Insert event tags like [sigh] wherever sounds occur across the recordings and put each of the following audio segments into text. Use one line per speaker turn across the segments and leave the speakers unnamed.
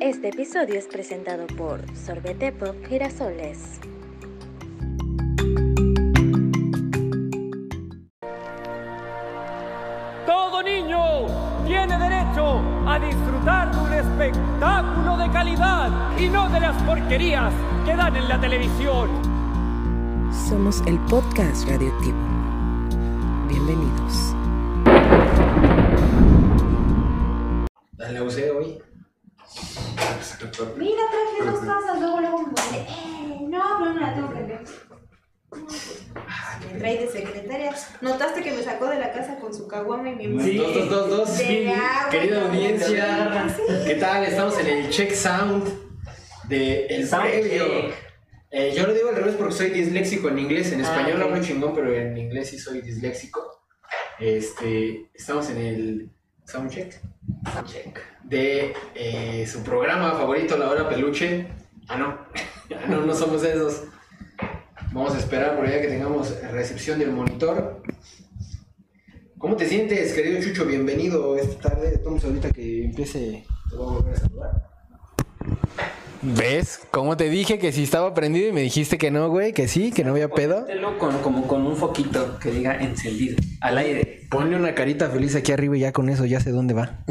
Este episodio es presentado por Sorbete Pop Girasoles.
Todo niño tiene derecho a disfrutar de un espectáculo de calidad y no de las porquerías que dan en la televisión.
Somos el podcast radioactivo. Bienvenidos.
Dale, la usé hoy.
Mira, traje dos tazas, luego luego me puse, eh, no, pero no la tengo que leer. Me trae de secretaria. ¿Notaste que me sacó de la casa con su caguama y mi mamá?
Sí. Dos, dos, dos, dos.
De agua,
Querida
no,
audiencia,
sí.
¿qué tal? Estamos en el check sound de El
Sound
Previo.
check.
Eh, yo lo digo al revés porque soy disléxico en inglés. En
Ah,
español
ok.
hablo chingón, pero en inglés sí soy disléxico. Este, estamos en el soundcheck de eh, su programa favorito, La Hora Peluche. Ah, no. [laughs] Ah, no, no somos esos. Vamos a esperar por allá que tengamos recepción del monitor. ¿Cómo te sientes, querido Chucho? Bienvenido esta tarde. Vamos ahorita que empiece. Te voy a volver a saludar. ¿Ves? ¿Cómo te dije que si estaba prendido y me dijiste que no, güey? Que sí, que no había pedo.
Póntelo con, como con un foquito que diga encendido, al aire.
Ponle una carita feliz aquí arriba y ya con eso ya sé dónde
[laughs]
va.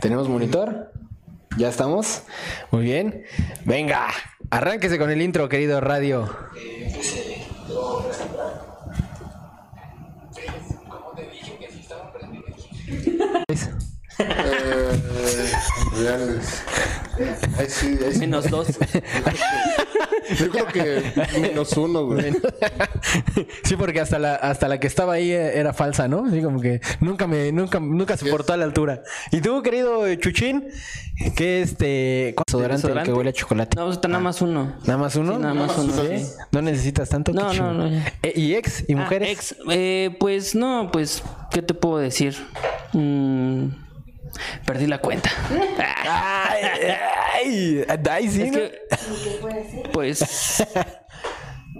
¿Tenemos monitor? ¿Ya estamos? Muy bien. Venga, arránquese con el intro, querido radio.
Reales. Ahí sí, ahí sí.
[laughs]
Menos dos.
Yo creo que menos uno, güey.
[laughs] Sí, porque hasta la, hasta la que estaba ahí eh, era falsa, ¿no? Así como que nunca me, nunca, nunca se portó a la altura. Y tú, querido eh, Chuchín, que este ¿cuál desodorante, el
¿Desodorante?
que huele a chocolate.
No, pues, está nada más uno.
¿Nada más uno?
Sí, nada más uno,
¿Sí?
sí.
No necesitas tanto.
No,
qué
no, no,
chingón.
ya.
Eh, ¿Y ex? ¿Y
Ah,
mujeres?
ex, eh, pues no, pues, ¿qué te puedo decir? Mm, perdí la cuenta.
Ay, ay, ay, sí,
Es
¿no?
que,
Ni que fuera así.
[laughs]
pues,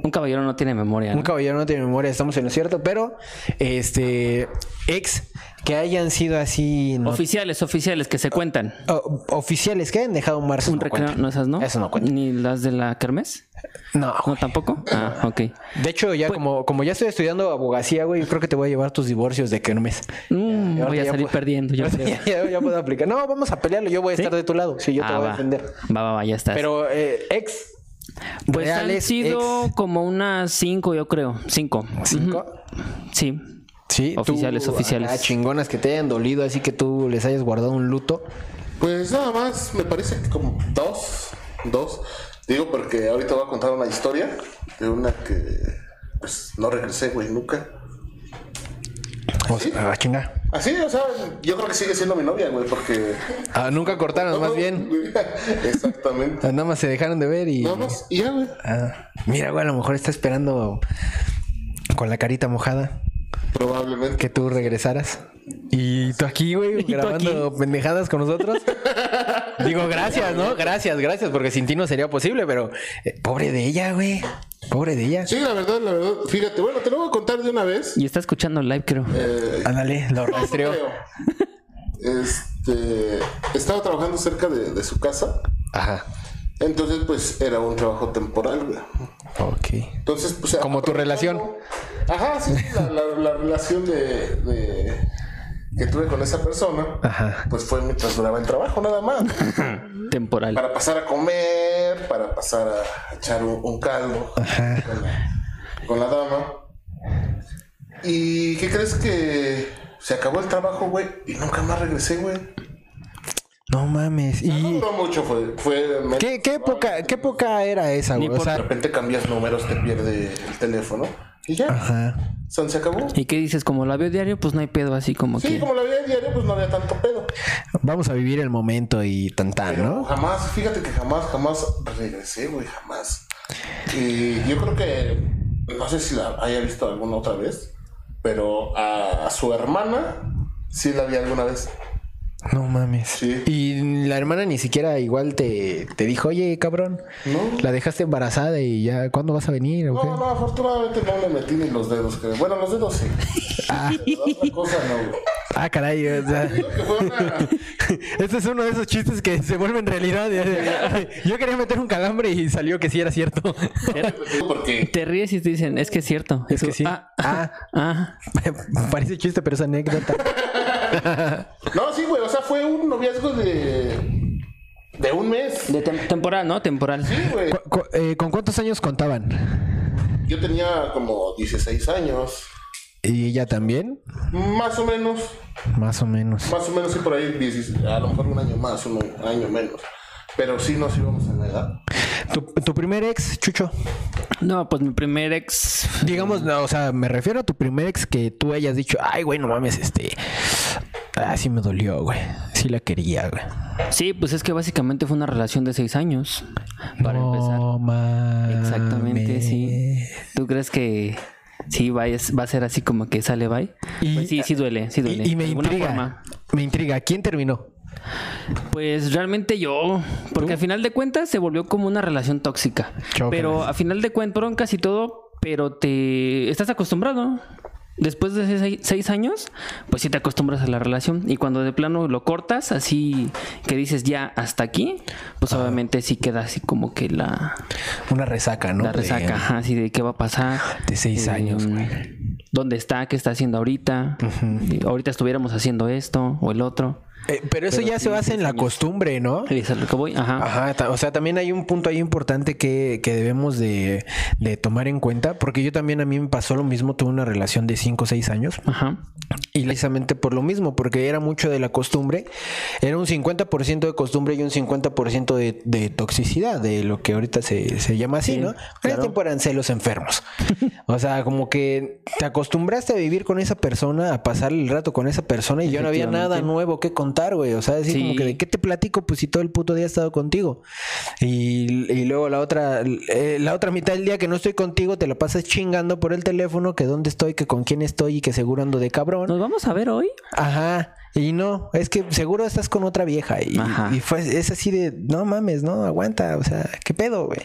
un caballero no tiene memoria. ¿no?
Un caballero no tiene memoria, estamos en lo cierto, pero este ex que hayan sido así no-
Oficiales, oficiales que se cuentan.
o- oficiales que hayan dejado un marzo.
Un
no
recreo,
cuenta.
no esas, ¿no?
Eso no cuenta.
Ni las de la Kermés.
No.
No, tampoco. Ah, ok.
De hecho,
Pues
ya como, como ya estoy estudiando abogacía, güey, yo creo que te voy a llevar tus divorcios de kermes.
Mm,
ahorita
voy a
ya
salir
puedo-
perdiendo. Yo creo.
[laughs] Ya, ya puedo aplicar. No, vamos a pelearlo. Yo voy a estar de tu lado. Sí, yo te
Ah,
voy a
va.
defender.
Va, va, va, ya estás.
Pero eh, ex.
pues han
reales,
sido
ex,
como unas cinco, yo creo. Cinco.
cinco.
Ujú. Sí.
Sí,
Oficiales, oficiales.
Ah, chingonas que te hayan dolido, así que tú les hayas guardado un luto.
Pues nada más, me parece que como dos. Dos. Digo porque ahorita voy a contar una historia de una que pues no regresé, güey, nunca.
O sea, ah, chinga.
Así, o sea, yo creo que sigue siendo mi novia, güey, porque.
Ah, nunca cortaron, más bien.
[laughs]
Ah,
Exactamente.
Nada más se dejaron de ver y.
Nada más, y ya, güey.
Ah, mira, güey, a lo mejor está esperando con la carita mojada
Probablemente.
que tú regresaras. Y tú aquí, güey,
tú
grabando pendejadas con nosotros. [laughs] Digo, gracias, ¿no? Gracias, gracias, porque sin ti no sería posible, pero eh, pobre de ella, güey. Pobre de ella.
Sí, la verdad, la verdad. Fíjate, bueno, te lo voy a contar de una vez.
Y está escuchando live, creo.
Eh,
Ándale, [laughs] lo
No, no
rastreó.
creo. Este, estaba trabajando cerca de, de su casa,
Ajá.
entonces pues era un trabajo temporal, güey.
Ok.
Entonces, pues...
Como tu relación.
Ajá, sí, sí, la, la- la relación de, de- que tuve con esa persona,
Ajá.
pues fue mientras duraba el trabajo, nada más.
Temporal.
para pasar a comer, para pasar a echar un, un caldo con la, con la dama. ¿Y qué crees que se acabó el trabajo, güey? Y nunca más regresé, güey.
No mames.
No
¿Y
duró mucho, fue. fue me-
qué, qué época, qué época era esa,
Ni
güey? O
por
De
sea,
repente cambias números, te pierde el teléfono. Y ya.
ajá.
O sea, se acabó.
¿Y qué dices? Como la veo diario, pues no hay pedo así como
Sí,
que.
como la veía diario, pues no había tanto pedo.
Vamos a vivir el momento y tan tan,
Pero
Ah, ¿no?
jamás, fíjate que jamás, jamás regresé, güey, jamás. Y yo creo que, no sé si la haya visto alguna otra vez, pero a, a su hermana sí la vi alguna vez.
No mames.
Sí.
Y la hermana ni siquiera igual te, te dijo, oye, cabrón,
No.
la dejaste embarazada y ya, ¿cuándo vas a venir? o qué?"
No, no,
[laughs]
afortunadamente no le metí ni los dedos, creo. Bueno, los dedos sí. Pero la otra cosa no, güey.
Ah, caray, o [laughs] sea.
Digo que fue una-
Este es uno de esos chistes que se vuelven [laughs] realidad. Yo quería meter un calambre y salió que sí era cierto.
Porque
Te ríes y te dicen, es que es cierto.
Es
Y tú,
que sí.
Ah,
[laughs] Ah, [laughs]
ah.
parece chiste, pero es anécdota.
No, sí, güey, o sea, fue un noviazgo de. de un mes.
De tem- temporal, ¿no? Temporal.
Sí, güey.
Cu- cu- eh, ¿Con cuántos años contaban?
Yo tenía como 16 años.
¿Y ella también?
Más o menos.
Más o menos.
Más o menos, sí, por ahí. 16, a lo mejor un año más, un año menos. Pero sí nos íbamos a la edad.
¿Tu, tu primer ex, Chucho?
No, pues mi primer ex.
Digamos, no, o sea, me refiero a tu primer ex que tú hayas dicho, ay, güey, no mames, este... Ah, sí me dolió, güey. Sí la quería, güey.
Sí, pues es que básicamente fue una relación de seis años. Para empezar.
No mames.
Exactamente, sí. ¿Tú crees que sí va, es- va a ser así como que sale bye?
Y-
Pues sí, sí duele, sí duele.
Y, y me
De alguna
intriga.
forma.
Me intriga. ¿Quién terminó?
Pues realmente yo, porque al final de cuentas se volvió como una relación tóxica.
Chócalas.
Pero al final de cuentas, broncas y todo, pero te estás acostumbrado. Después de seis, seis años, pues sí te acostumbras a la relación. Y cuando de plano lo cortas, así que dices ya hasta aquí, pues obviamente sí queda así como que la,
Una resaca, ¿no? Eh,
la
De-
resaca, ajá, así de qué va a pasar. Eh,
De seis años, güey.
¿Dónde está? ¿Qué está haciendo ahorita? Y Ahorita estuviéramos haciendo esto o el otro.
Eh, pero eso
Pero
ya
sí,
se basa en
seis
la
años.
costumbre, ¿no?
Y es a lo que voy. Ajá.
Ajá, ta- o sea, también hay un punto ahí importante que, que debemos de, de tomar en cuenta, porque yo también a mí me pasó lo mismo, tuve una relación de 5 o 6 años,
Ajá.
y precisamente por lo mismo, porque era mucho de la costumbre, era un 50% de costumbre y un 50% de, de toxicidad, de lo que ahorita se, se llama así,
Sí,
¿no? En ese
claro.
tiempo eran celos
[laughs]
enfermos. O sea, como que te acostumbraste a vivir con esa persona, a pasar el rato con esa persona y ya no había nada
Efectivamente.
nuevo que contar, güey. O sea, así como
Sí.
que de qué te platico, pues si todo el puto día he estado contigo. Y, y luego la otra, eh, la otra mitad del día que no estoy contigo, te la pasas chingando por el teléfono, que dónde estoy, que con quién estoy y que seguro ando de cabrón.
¿Nos vamos a ver hoy?
Ajá. Y no, es que seguro estás con otra vieja. Y,
Ajá.
y fue, es así de, no mames, no, aguanta. O sea, ¿qué pedo, güey?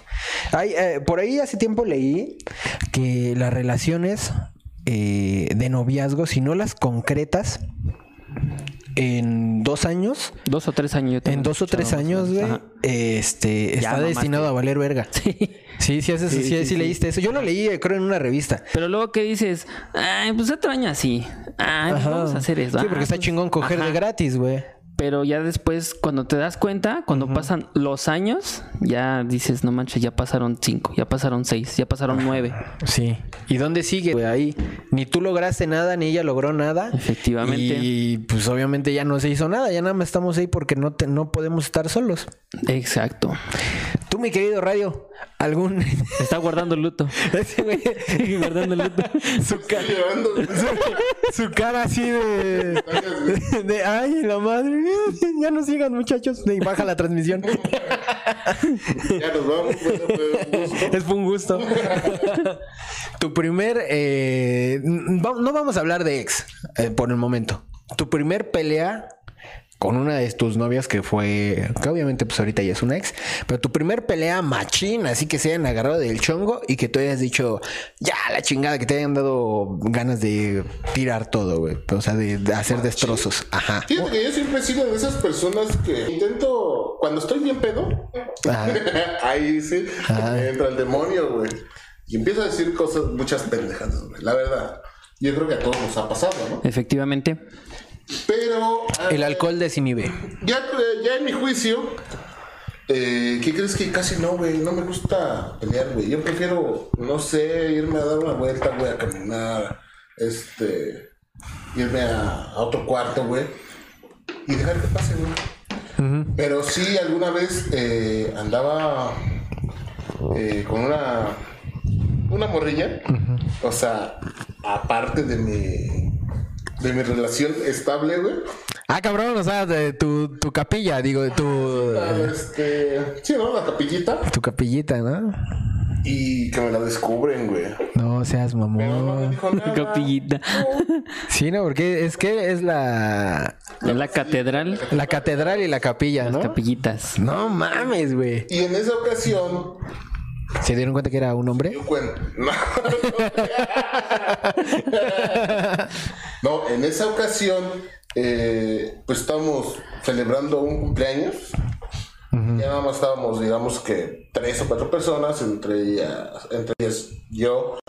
Hay, eh, por ahí hace tiempo leí que las relaciones eh, de noviazgo, si no las concretas en dos años,
Dos o tres años. yo también
en dos o
escuchaba
tres
más
años,
menos.
güey,
Ajá.
este,
Ya
está
mamaste.
destinado a valer verga.
Sí.
Sí, sí, haces- sí, sí, leíste eso. Yo lo leí, eh, creo, en una revista.
[laughs] Pero luego que dices, ay, pues otro año así. Ay, pues
Ajá.
vamos a hacer eso.
Sí,
Ah,
porque está
pues,
chingón coger de
ajá.
gratis, güey.
Pero ya después, cuando te das cuenta, cuando pasan los años, ya dices, no manches, ya pasaron cinco, ya pasaron seis, ya pasaron nueve.
Sí. ¿Y dónde sigue? güey? ahí ni tú lograste nada, ni ella logró nada.
Efectivamente.
Y pues obviamente ya no se hizo nada, ya nada más estamos ahí porque no, te- no podemos estar solos.
Exacto.
Tú, mi querido radio, algún... [laughs]
Está guardando luto.
Ese güey,
guardando luto.
[laughs] su, ca-
Estoy llorando, güey.
su, su cara así de... de, Ay, la madre, ya no sigan muchachos. Y baja la transmisión.
[laughs] Ya nos vamos, güey, fue un gusto.
Es fue un gusto. [laughs] tu primer. eh, n- va- no vamos a hablar de ex eh, por el momento. Tu primer pelea con una de tus novias que fue. Que obviamente, pues ahorita ya es una ex. Pero tu primer pelea machín, así que se hayan agarrado del chongo y que tú hayas dicho ya la chingada, que te hayan dado ganas de tirar todo, güey. O sea, de, de hacer destrozos. Ajá.
Fíjate que yo siempre he sido de esas personas que intento, cuando estoy bien pedo,
Ajá.
[laughs] ahí sí,
Ah.
me entra el demonio, güey. Y empiezo a decir cosas, muchas pendejadas, güey. La verdad, yo creo que a todos nos ha pasado, ¿no?
[laughs]
Efectivamente.
Pero... ah,
El alcohol desinhibe.
Ya, eh, ya en mi juicio, eh, ¿qué crees que casi no, güey? No me gusta pelear, güey. Yo prefiero, no sé, irme a dar una vuelta, güey, a caminar, este, irme a, a otro cuarto, güey, y dejar que pase, güey. Pero sí, alguna vez eh, andaba eh, con una, una morrilla, o sea, aparte de mi, de mi relación estable, güey.
Ah, cabrón, o sea, de tu, tu capilla, digo, de tu.
Este, sí, ¿no? La capillita.
Tu capillita, ¿no?
Y que me la descubren, güey.
No seas
Pero no me
mamón.
dijo nada.
Capillita.
Sí, no, porque es que es la,
En la catedral,
la catedral y la capilla, ¿no?
capillitas.
No mames, güey.
Y en esa ocasión,
¿Se dieron cuenta que era un hombre?
yo cuento. [laughs] No, no, en esa ocasión, eh, pues estábamos celebrando un cumpleaños. Ya nada más estábamos, digamos que tres o cuatro personas, entre ellas, entre ellas yo,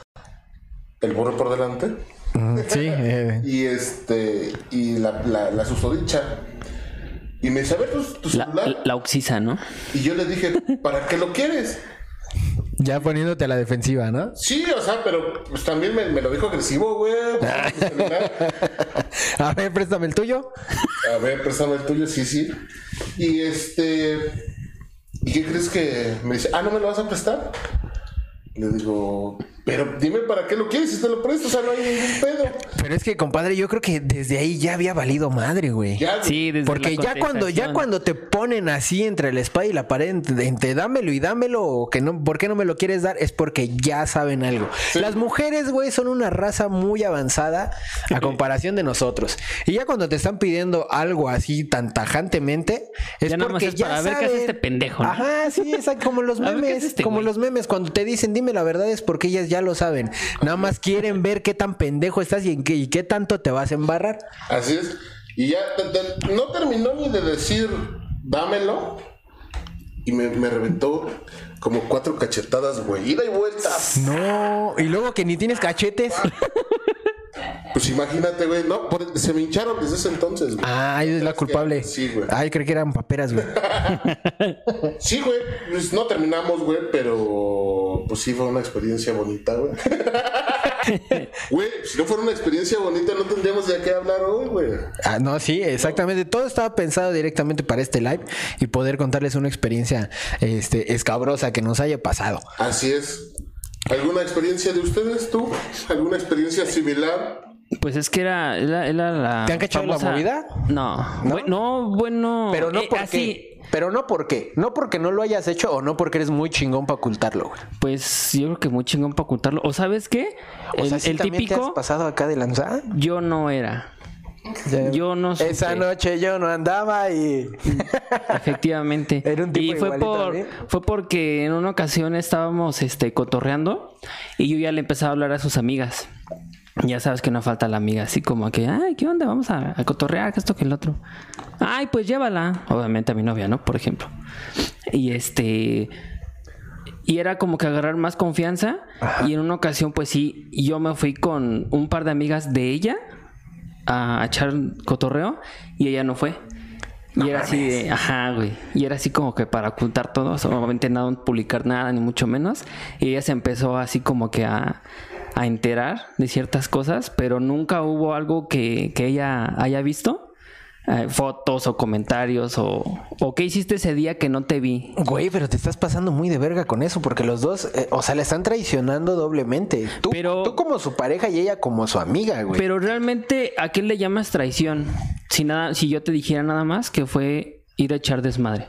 el burro por delante,
Ujú, Sí, eh,
y este, y la, la, la susodicha. Y me dice, a ver, tu, tu
La,
celular.
la- la oxisa, ¿no?
Y yo le dije, ¿para qué lo quieres?
ya poniéndote a la defensiva, ¿no?
Sí, o sea, pero pues también me, me lo dijo agresivo,
[laughs]
güey. pues, tu celular.
A ver, préstame el tuyo.
A ver, préstame el tuyo, sí, sí. Y este. ¿Y qué crees que me dice? Ah, ¿no me lo vas a prestar? Le digo, pero dime para qué lo quieres si te lo presto, o sea, no hay ningún pedo.
Pero es que, compadre, yo creo que desde ahí ya había valido madre, güey.
Ya,
Sí, desde
Porque
la
ya cuando, ya
contestación.
cuando te ponen así entre la espada y la pared, entre, entre dámelo y dámelo, o que no, ¿por qué no me lo quieres dar? Es porque ya saben algo. Las mujeres, güey, son una raza muy avanzada a comparación de nosotros. Y ya cuando te están pidiendo algo así tan tajantemente, es
Ya nada más
porque
es
ya
para ver
saben.
qué hace este pendejo, ¿no?
Ajá, sí, exacto, como los
[laughs] A ver qué
memes,
hace este
como
güey.
los memes cuando te dicen, "Dime la verdad", es porque ellas ya lo saben. Nada más quieren ver qué tan pendejo estás y en qué y qué tanto te vas a embarrar.
Así es. Y ya te- te- no terminó ni de decir, dámelo. Y me, me reventó como cuatro cachetadas, güey. Ida y vuelta.
No, y luego que ni tienes cachetes.
Pues imagínate, güey. No, por- se me hincharon desde ese entonces, güey.
Ay, es la culpable.
Sí, güey.
Ay, creí que eran paperas, güey.
Sí, güey. Pues no terminamos, güey, pero pues sí fue una experiencia bonita, güey. Güey, si no fuera una experiencia bonita, no tendríamos de qué hablar hoy, güey.
Ah, no, sí, exactamente. Todo estaba pensado directamente para este live y poder contarles una experiencia este, escabrosa que nos haya pasado.
Así es. ¿Alguna experiencia de ustedes, tú? ¿Alguna experiencia similar?
Pues es que era, era- era la.
¿Te han cachado la movida?
No.
¿No?
Bue- No, bueno.
Pero no
eh,
porque.
así,
Pero no porque. No porque no lo hayas hecho o no porque eres muy chingón para ocultarlo, güey.
pues yo creo que muy chingón para ocultarlo. ¿O sabes qué?
O
el
sea, ¿sí
el
también te has
típico,
pasado acá de lanzada?
yo no era. Yo no supe.
Esa noche yo no andaba y.
Efectivamente.
[laughs] Era un tipo
y fue
igualito
por
a mí.
fue porque en una ocasión estábamos este cotorreando y yo ya le empezaba a hablar a sus amigas. Ya sabes que no falta la amiga, así como que, ay, ¿qué onda? Vamos a, a cotorrear, que esto, que el otro. Ay, pues llévala. Obviamente a mi novia, ¿no? Por ejemplo. Y este. Y era como que agarrar más confianza. Y en una ocasión, pues sí, yo me fui con un par de amigas de ella a echar cotorreo y ella no fue. Y era así de, ajá, güey. Y era así como que para ocultar todo, o sea, obviamente nada, no publicar nada, ni mucho menos. Y ella se empezó así como que a, a enterar de ciertas cosas, pero nunca hubo algo que, que ella haya visto. eh, fotos o comentarios o, o qué hiciste ese día que no te vi.
Güey, pero te estás pasando muy de verga con eso, porque los dos, eh, o sea, le están traicionando doblemente. Tú,
Pero-
tú como su pareja y ella como su amiga, güey.
Pero realmente, ¿a qué le llamas traición? Si, nada, si yo te dijera nada más que fue ir a echar desmadre.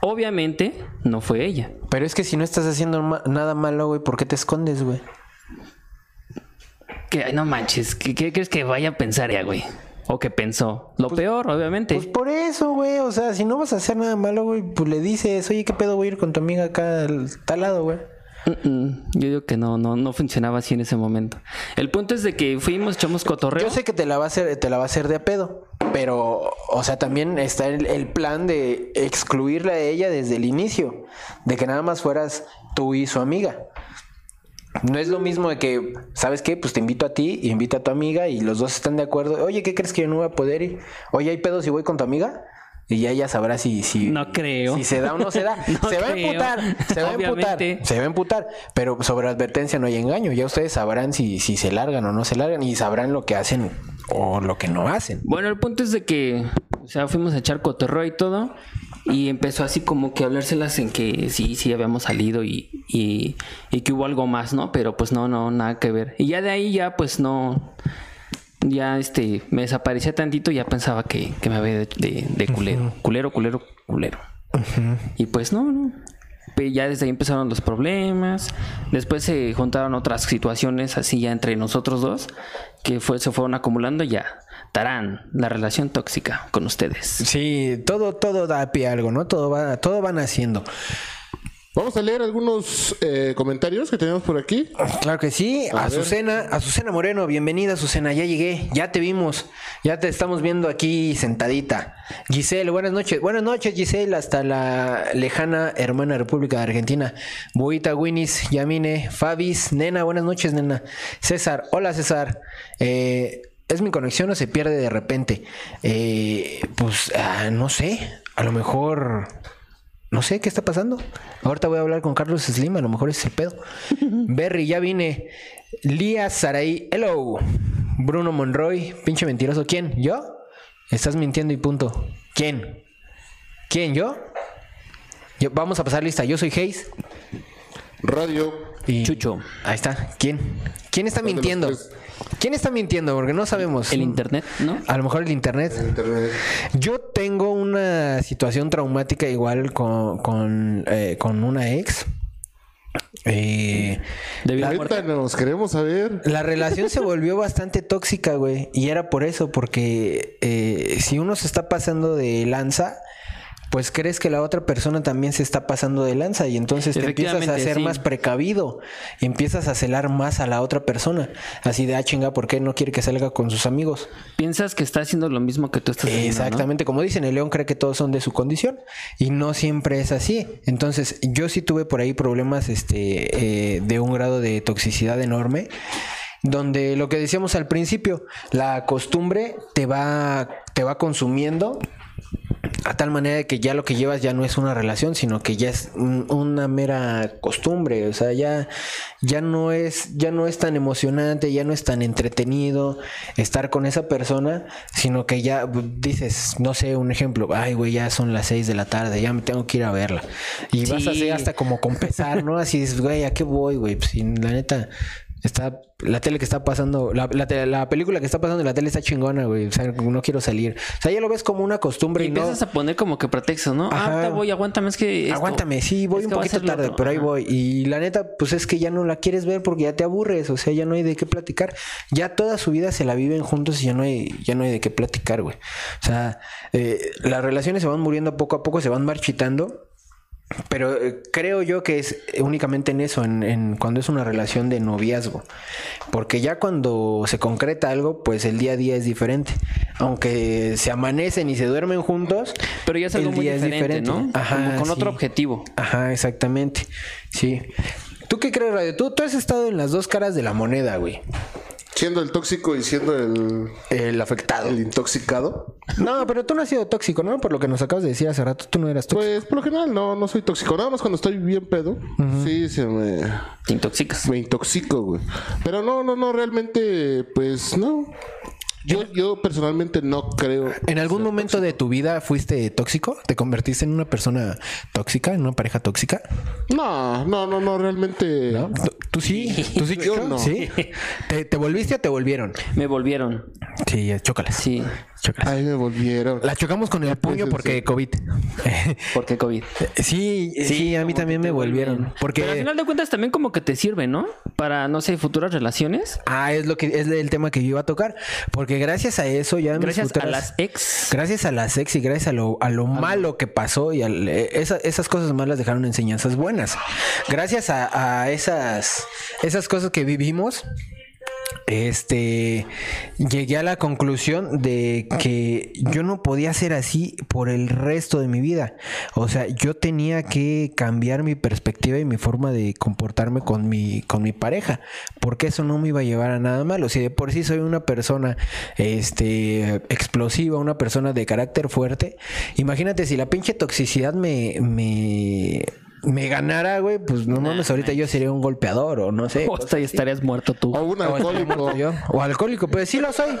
Obviamente, no fue ella.
Pero es que si no estás haciendo ma- nada malo, güey, ¿por qué te escondes, güey?
Que, ay, no manches, ¿qué, qué crees que vaya a pensar ya, güey? O que pensó. Lo peor, obviamente.
Pues por eso, güey. O sea, si no vas a hacer nada malo, güey, pues le dices, oye, ¿qué pedo voy a ir con tu amiga acá al tal lado, güey?
Mm, mm. Yo digo que no, no, no funcionaba así en ese momento. El punto es de que fuimos, echamos cotorreo.
Yo sé que te la va a hacer, te la va a hacer de a pedo. Pero, o sea, también está el, el plan de excluirla a ella desde el inicio. De que nada más fueras tú y su amiga. No es lo mismo de que, ¿sabes qué? Pues te invito a ti, invito a tu amiga y los dos están de acuerdo. Oye, ¿qué crees que yo no voy a poder ir? Oye, ¿hay pedo si voy con tu amiga? Y ya ella sabrá si, si,
No creo.
si se da o no [laughs] se da.
No
se va a
creo.
emputar, se va a emputar,
Obviamente.
se va a emputar. Pero sobre advertencia no hay engaño. Ya ustedes sabrán si, si se largan o no se largan y sabrán lo que hacen o lo que no hacen.
Bueno, el punto es de que, o sea, fuimos a echar cotorreo y todo. Y empezó así como que a hablárselas en que sí, sí, habíamos salido y, y, y que hubo algo más, ¿no? Pero pues no, no, nada que ver. Y ya de ahí ya pues no, ya este, me desaparecía tantito y ya pensaba que, que me había de, de- de culero. Culero, culero, culero. Y pues no, no. Pe- Ya desde ahí empezaron los problemas. Después se juntaron otras situaciones así ya entre nosotros dos que fue, se fueron acumulando y ya. Tarán, la relación tóxica con ustees.
Sí, todo, todo da pie a algo, ¿no? Todo va, todo van haciendo.
Vamos a leer algunos eh, comentarios que tenemos por aquí.
Claro que sí. Azucena, Azucena Moreno, bienvenida Azucena, ya llegué, ya te vimos, ya te estamos viendo aquí sentadita. Giselle, buenas noches. Buenas noches Giselle, hasta la lejana hermana República de Argentina. Boita, Winis, Yamine, Fabis, Nena, buenas noches Nena. César, hola César. Eh, ¿Es mi conexión o se pierde de repente? Eh, pues ah, no sé, a lo mejor... No sé qué está pasando. Ahorita voy a hablar con Carlos Slim, a lo mejor es el pedo. Berry, ya vine. Lía Saraí, hello. Bruno Monroy, pinche mentiroso. ¿Quién? ¿Yo? Estás mintiendo y punto. ¿Quién? ¿Quién? ¿Yo? Yo- vamos a pasar lista. Yo soy Hayes.
Radio.
Y
Chucho.
Ahí está. ¿Quién? ¿Quién está
¿Cuál de los
mintiendo?
tres?
¿Quién está mintiendo? Porque no sabemos.
El internet, ¿no?
A lo mejor el internet.
Internet.
Yo tengo una situación traumática igual con, con, eh, con una ex. Eh,
De vida muerte.
Cuéntanos, queremos saber.
la relación se
[laughs]
volvió bastante tóxica, güey. Y era por eso, porque eh, si uno se está pasando de lanza, pues crees que la otra persona también se está pasando de lanza. Y entonces te empiezas a
Efectivamente,
hacer
sí.
más precavido. Y empiezas a celar más a la otra persona. Así de, ah, chinga, ¿por qué no quiere que salga con sus amigos?
Piensas que está haciendo lo mismo que tú estás haciendo. ¿no?
Exactamente, como dicen, el león cree que todos son de su condición y no siempre es así. Entonces, yo sí tuve por ahí problemas este, eh, de un grado de toxicidad enorme, donde lo que decíamos al principio, la costumbre te va, te va consumiendo a tal manera de que ya lo que llevas ya no es una relación, sino que ya es un- una mera costumbre, o sea, ya ya no es ya no es tan emocionante, ya no es tan entretenido estar con esa persona, sino que ya bu- dices, no sé, un ejemplo, ay güey, ya son las 6 de la tarde, ya me tengo que ir a verla. Y vas a hacer hasta como con pesar, ¿no? Así dices, güey, ¿a qué voy, güey? Pues, si la neta Está la tele que está pasando, la, la te- la película que está pasando en la tele está chingona, güey. O sea, no quiero salir. O sea, ya lo ves como una costumbre
Y
y, no.
empiezas a poner como que pretextos, ¿no?
Ajá.
Ah, ahorita voy, aguántame, es que. esto-
Aguántame, sí, voy
es
un
que va a
poquito
ser lo
tarde,
otro.
pero ahí
Ajá.
voy. Y la neta, pues es que ya no la quieres ver porque ya te aburres, o sea, ya no hay de qué platicar. Ya toda su vida se la viven juntos y ya no hay, ya no hay de qué platicar, güey. O sea, eh, las relaciones se van muriendo poco a poco, se van marchitando. Pero eh, creo yo que es únicamente en eso, en, en cuando es una relación de noviazgo. Porque ya cuando se concreta algo, pues el día a día es diferente. Aunque se amanecen y se duermen juntos.
Pero ya es
el
algo muy
día
diferente, ¿no?
Ajá,
Como con
sí.
otro objetivo.
Ajá, exactamente. Sí. ¿Tú qué crees, Radio? Tú, tú has estado en las dos caras de la moneda, güey.
Siendo el tóxico y siendo el,
El afectado.
el intoxicado.
No, pero tú no has sido tóxico, ¿no? Por lo que nos acabas de decir hace rato, tú no eras tóxico.
Pues por lo general no, no soy tóxico. Nada más cuando estoy bien pedo. Sí, se me,
Te intoxicas.
me intoxico, güey. Pero no, no, no, realmente, pues no. Yo, yo personalmente no creo.
Pues, ¿En algún momento de tu vida fuiste tóxico? ¿Te convertiste en una persona tóxica, en una pareja tóxica?
No, no, no, no, realmente.
¿No? ¿Tú, tú sí? ¿Tú sí?
Yo
Chucho?
no.
¿Sí? [laughs] ¿Te, te volviste o te volvieron?
Me volvieron.
Sí, ya, chócalas.
Sí.
Chócalas.
Ay, me volvieron.
La chocamos con el puño
sí,
porque
sí.
COVID.
Porque COVID.
[laughs] sí, Eh, sí, a mí
como
también me
que te vuelven.
volvieron. Porque...
Pero al final de cuentas también como que te sirve, ¿no? Para, no sé, futuras relaciones.
Ah, es lo que es el tema que yo iba a tocar, porque gracias a eso ya mis
Gracias a
futuras-
las
[laughs]
ex. [laughs]
gracias a las ex y gracias a lo, a lo malo que pasó y al- eh, esa- esas cosas malas dejaron enseñanzas buenas. Gracias a, a esas esas cosas que vivimos, este llegué a la conclusión de que yo no podía ser así por el resto de mi vida. O sea, yo tenía que cambiar mi perspectiva y mi forma de comportarme con mi con mi pareja, porque eso no me iba a llevar a nada malo. Si de por sí soy una persona este explosiva, una persona de carácter fuerte, imagínate si la pinche toxicidad me me me ganara, güey, pues no mames, ahorita yo sería un golpeador o no
[laughs]
sé.
Hasta ya estarías muerto tú.
Oh,
O
Ah,
un alcohólico.
Yo, o alcohólico, pues sí lo soy.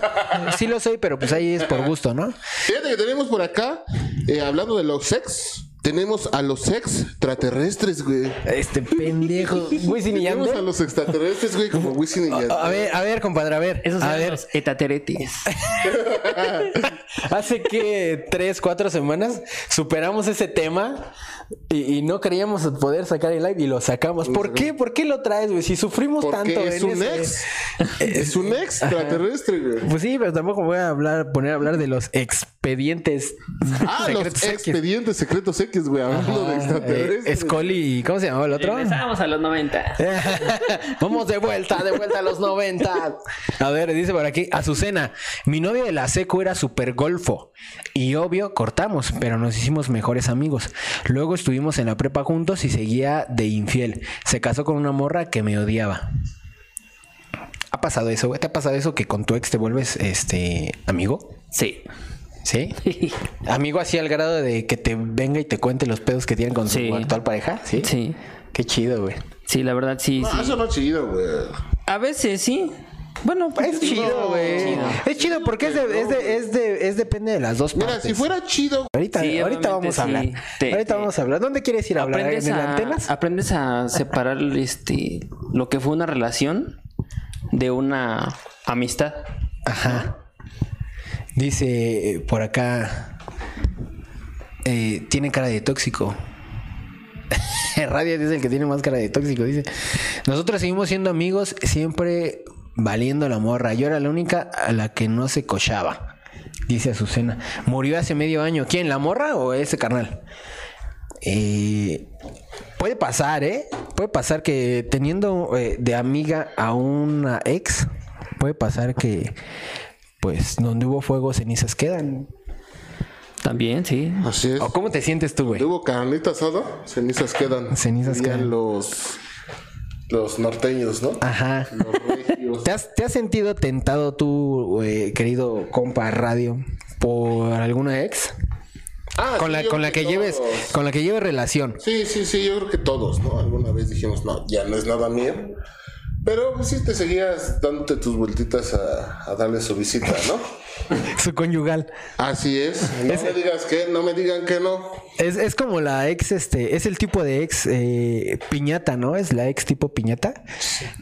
Sí lo soy, pero pues ahí es por gusto, ¿no?
Fíjate que tenemos por acá, eh, hablando de los sex, tenemos a los extraterrestres, güey.
Este pendejo. Wisin y
Tenemos a
Yandel.
los extraterrestres, güey, como Wisin y Yandel.
A ver, a ver, compadre, a ver.
Esos
a
eran
ver,
los [laughs] etateretes.
hace que tres, cuatro semanas superamos ese tema y, y no creíamos poder sacar el live y lo sacamos. ¿Por qué? ¿Por qué lo traes, güey? Si sufrimos
Porque
tanto
es
en
un
ese- Eh,
ex. Es un extraterrestre, güey.
Pues sí, pero tampoco voy a hablar, poner a hablar de los expedientes.
Ah, los
secretos X.
expedientes secretos X, güey, hablando de
Eh,
extraterrestres.
Scully, ¿cómo se llamaba el otro?
Regresamos a los 90.
Eh. Vamos de vuelta, de vuelta a los 90. A ver, dice por aquí, Azucena, mi novio de la secu era super golfo. Y obvio, cortamos, pero nos hicimos mejores amigos. Luego estuvimos en la prepa juntos y seguía de infiel. Se casó con una morra que me odiaba. ¿Ha pasado eso, güey? ¿Te ha pasado eso que con tu ex te vuelves este amigo?
Sí.
[laughs] ¿Sí? Amigo así al grado de que te venga y te cuente los pedos que tienen con
Sí.
su actual pareja, ¿sí?
Sí.
Qué chido, güey.
Sí, la verdad, sí.
Ah,
sí.
Eso no es chido, güey.
A veces sí. Bueno, pues,
Es chido, güey. Es chido porque es, de, es, de, es, de- es depende de las dos
Mira,
partes.
si fuera chido,
Ahorita,
Sí,
ahorita
obviamente
vamos a hablar.
sí. Te-
ahorita
te-
vamos a hablar. ¿Dónde quieres ir a hablar?
aprendes
¿En
a,
antenas?
aprendes a separar este lo que fue una relación de una amistad.
Ajá. Dice eh, por acá. eh, tiene cara de tóxico. [laughs] Radio dice el que tiene más cara de tóxico. Dice: Nosotros seguimos siendo amigos, siempre valiendo la morra. Yo era la única a la que no se cochaba. Dice Azucena. Murió hace medio año. ¿Quién? ¿La morra o ese carnal? Eh, puede pasar, ¿eh? Puede pasar que teniendo eh, de amiga a una ex, puede pasar que, pues, donde hubo fuego, cenizas quedan.
También, sí.
así es.
¿O cómo te sientes tú, güey?
Hubo carnita asada, cenizas quedan.
Cenizas
Dirían
quedan.
los los norteños, ¿no?
Ajá.
Los regios.
¿Te has, te has sentido tentado tú, eh, querido compa radio, por alguna ex?
Ah,
Con
sí,
la,
yo
con
creo
la que lleves,
todos.
con la que lleves relación.
Sí, sí, sí, yo creo que todos, ¿no? Alguna vez dijimos, no, ya no es nada mío. Pero pues, sí te seguías dándote tus vueltitas a, a darle su visita, [laughs] ¿no?
Su conyugal.
Así es. No me digas que, no me digan que no.
Es, es como la ex, este, es el tipo de ex eh, piñata, ¿no? Es la ex tipo piñata.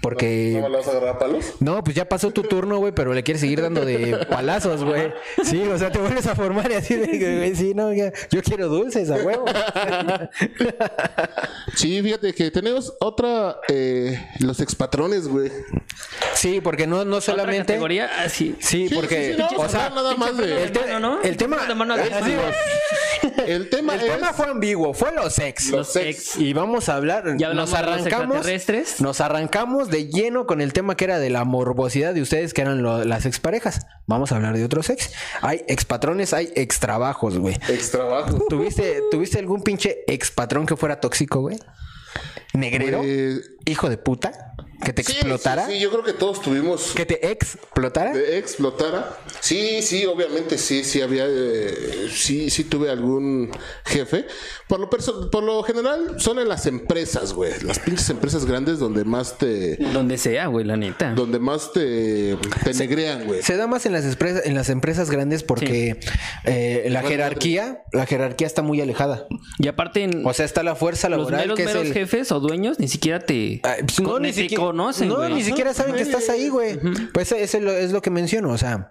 Porque.
¿No me las vas a agarrar a palos?
No, pues ya pasó tu turno, güey, pero le quieres seguir dando
[laughs]
de palazos, güey. Sí, o sea, te vuelves a formar y así de, que, güey, sí, no, ya, yo quiero dulces a
[laughs]
huevo.
Sí, fíjate que tenemos otra, eh, los expatrones, güey.
Sí, porque no, no
Otra
solamente.
categoría ah, así.
Sí,
Sí,
porque,
sí, sí, no vamos
o
a
sea,
hablar nada más de-
el, te-
Mano, ¿no?
el tema,
De mano a
así,
mano.
El tema
el
es...
tema fue ambiguo, fue los ex.
Los ex.
Y vamos a hablar,
Ya hablamos
nos
de los
arrancamos,
extraterrestres.
nos arrancamos de lleno con el tema que era de la morbosidad de ustedes, que eran lo- las exparejas. Vamos a hablar de otros ex. Hay expatrones, hay extrabajos, güey.
Extrabajo. uh,
¿Tuviste, ¿Tuviste algún pinche expatrón que fuera tóxico, güey? ¿Negrero?
Eh,
¿Hijo de puta? ¿Que te
sí,
explotara?
Sí, sí, yo creo que todos tuvimos
¿Que te explotara?
de explotara. Sí, sí, obviamente sí, sí había, eh, sí, sí tuve algún jefe. Por lo perso- por lo general son en las empresas, güey, las pinches empresas grandes donde más te,
Donde sea, güey, la neta.
donde más te, te negrean, güey.
Se da más en las empresas, en las empresas grandes porque eh, la jerarquía, la jerarquía está muy alejada.
Y aparte, en
O sea, está la fuerza
los
laboral
meros,
que es
meros
el.
jefes o dueños ni siquiera te,
Ah, pues,
con- ni te conocen,
no,
güey.
ni siquiera saben que estás ahí, güey. Pues eso es lo, es lo que menciono, o sea.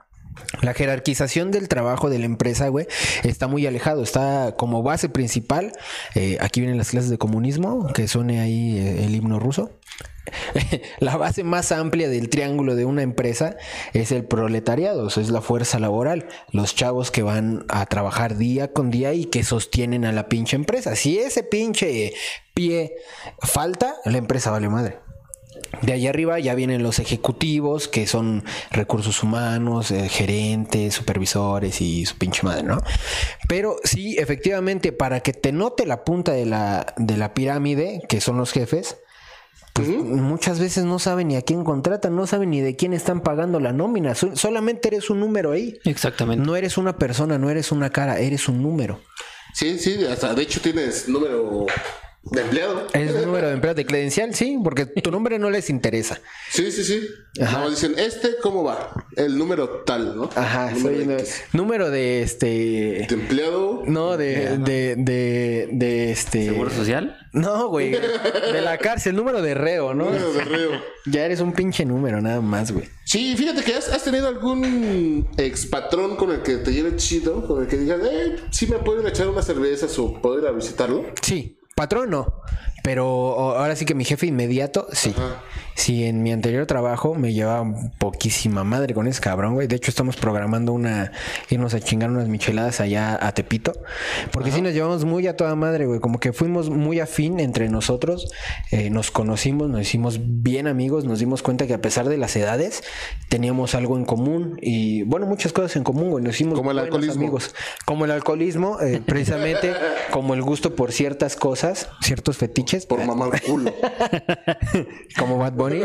La jerarquización del trabajo de la empresa, güey, está muy alejado. Está como base principal. eh, aquí vienen las clases de comunismo, que suene ahí eh, el himno ruso. [laughs] la base más amplia del triángulo de una empresa es el proletariado, o sea, es la fuerza laboral, los chavos que van a trabajar día con día y que sostienen a la pinche empresa. Si ese pinche pie falta, la empresa vale madre. De allá arriba ya vienen los ejecutivos, que son recursos humanos, eh, gerentes, supervisores y su pinche madre, ¿no? Pero sí, efectivamente, para que te note la punta de la, de la pirámide, que son los jefes, pues, muchas veces no saben ni a quién contratan, no saben ni de quién están pagando la nómina. Sol- Solamente eres un número ahí.
Exactamente.
No eres una persona, no eres una cara, eres un número.
Sí, sí, hasta de hecho tienes número de empleado.
Eres un número de empleado de credencial, sí, porque tu nombre no les interesa.
Sí, sí, sí. Como dicen, este cómo va, el número tal, ¿no?
Ajá,
Número
soy
X.
número de este.
de empleado.
No, de, de, de, de este.
Seguro social.
No, güey. De la cárcel, número de reo, ¿no?
número de reo.
Ya eres un pinche número, nada más, güey.
Sí, fíjate que has, has tenido algún ex patrón con el que te lleve chido, con el que digas, eh, sí me puedo ir a echar unas cervezas o puedo ir a visitarlo.
Sí, patrón no. Pero o- ahora sí que mi jefe inmediato, sí. Sí, en mi anterior trabajo me llevaba poquísima madre con ese cabrón, güey. De hecho, estamos programando una, irnos a chingar unas micheladas allá a Tepito. Porque sí nos llevamos muy a toda madre, güey. Como que fuimos muy afín entre nosotros. eh, nos conocimos, nos hicimos bien amigos. Nos dimos cuenta que a pesar de las edades, teníamos algo en común. Y bueno, muchas cosas en común, güey. Nos hicimos
Como el
buenos
alcoholismo.
amigos. Como el alcoholismo,
[laughs]
eh, precisamente como el gusto por ciertas cosas, ciertos fetiches.
Por mamar
[laughs]
culo.
Como Bad Bunny.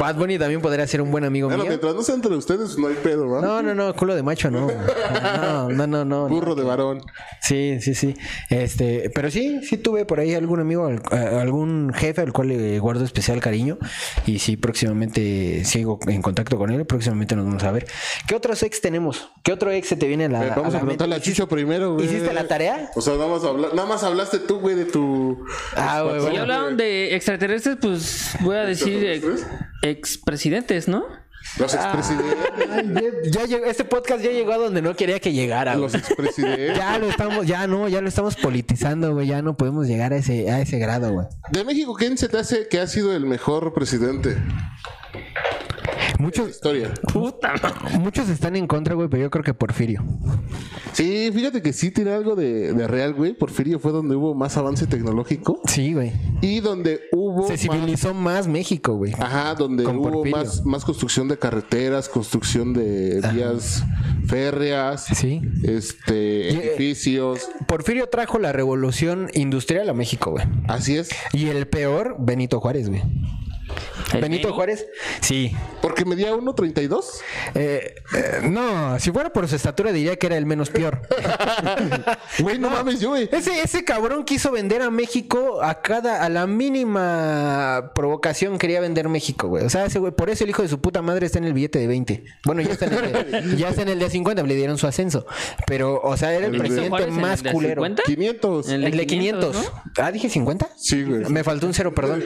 Bad Bunny también podría ser un buen amigo
Bueno,
mío.
mientras Ah, no sea entre ustedes, no hay pedo, ¿no?
No, no, no, culo de macho no. No, no, no, no.
Burro de varón.
Sí, sí, sí. Este, pero sí, sí tuve por ahí algún amigo, al- a- algún jefe al cual le guardo especial cariño y sí próximamente sigo en contacto con él, próximamente nos vamos a ver. ¿Qué otros ex tenemos? ¿Qué otro ex se te viene a la
Eh, vamos a,
la mente?
preguntarle a Chucho primero, güey.
¿Hiciste la tarea?
O sea, nada más, habla- nada más hablaste tú, güey, de tu. Pues,
Ah, güey,
Si
bueno.
hablaron de extraterrestres, pues voy a decir eh,
¿Extraterrestres?
expresidentes, ¿no?
Los
Ah.
expresidentes.
Ay, [laughs] ya- ya llegó- este podcast ya llegó a donde no quería que llegara. güey. [laughs]
los expresidentes.
Ya lo estamos, ya no, ya lo estamos politizando, güey. Ya no podemos llegar a ese, a ese grado, güey.
De México, ¿quién se te hace que ha sido el mejor presidente?
Muchos,
Historia.
Puta madre.
muchos están en contra, güey, pero yo creo que Porfirio.
Sí, fíjate que sí tiene algo de, de real, güey. Porfirio fue donde hubo más avance tecnológico
Sí, güey.
y donde hubo.
Se
más-
civilizó más México, güey.
Ajá, donde
Con
hubo
Porfirio.
más, más construcción de carreteras, construcción de vías férreas,
Sí.
este,
Y, eh,
edificios.
Porfirio trajo la revolución industrial a México, güey.
Así es.
Y el peor, Benito Juárez, güey. Benito Juárez, sí.
Porque medía 1.32.
Eh, eh, no, si fuera por su estatura diría que era el menos peor.
Güey, no mames, yo, güey.
Ese, ese cabrón quiso vender a México a cada, a la mínima provocación quería vender México, güey. O sea, ese güey, por eso el hijo de su puta madre está en el billete de 20. Bueno, ya está en el
[laughs]
de, ya está en el de 50, le dieron su ascenso. Pero, o sea, era el
¿Benito
presidente
Juárez en el
más
de
culero.
50?
500.
El-
El de 500.
500,
Ah, dije 50.
Sí, güey.
Me faltó un cero, perdón.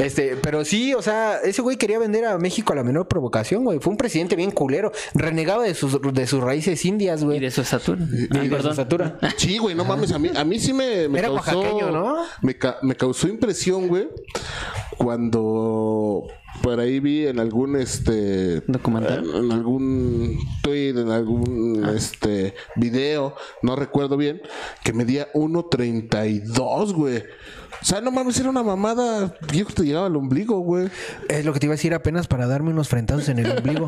Este, pero sí, o sea, ese güey quería vender a México a la menor provocación, güey. Fue un presidente bien culero. Renegaba de sus, de sus raíces indias, güey.
Y de su estatura.
Y de
Ah,
su
perdón.
estatura.
Sí, güey, no mames. A mí, a mí sí me, me
Ah. Era
causó.
oaxaqueño, ¿no?
Me, ca- me causó impresión, güey. Cuando por ahí vi en algún este.
Ah,
¿Documental?
En, en algún tweet, en algún este video, no recuerdo bien, que medía 1.32, güey. O sea, no mames, era una mamada. Yo creo que te llegaba al ombligo, güey.
Es lo que te iba a decir apenas para darme unos frentados en el
[laughs]
ombligo.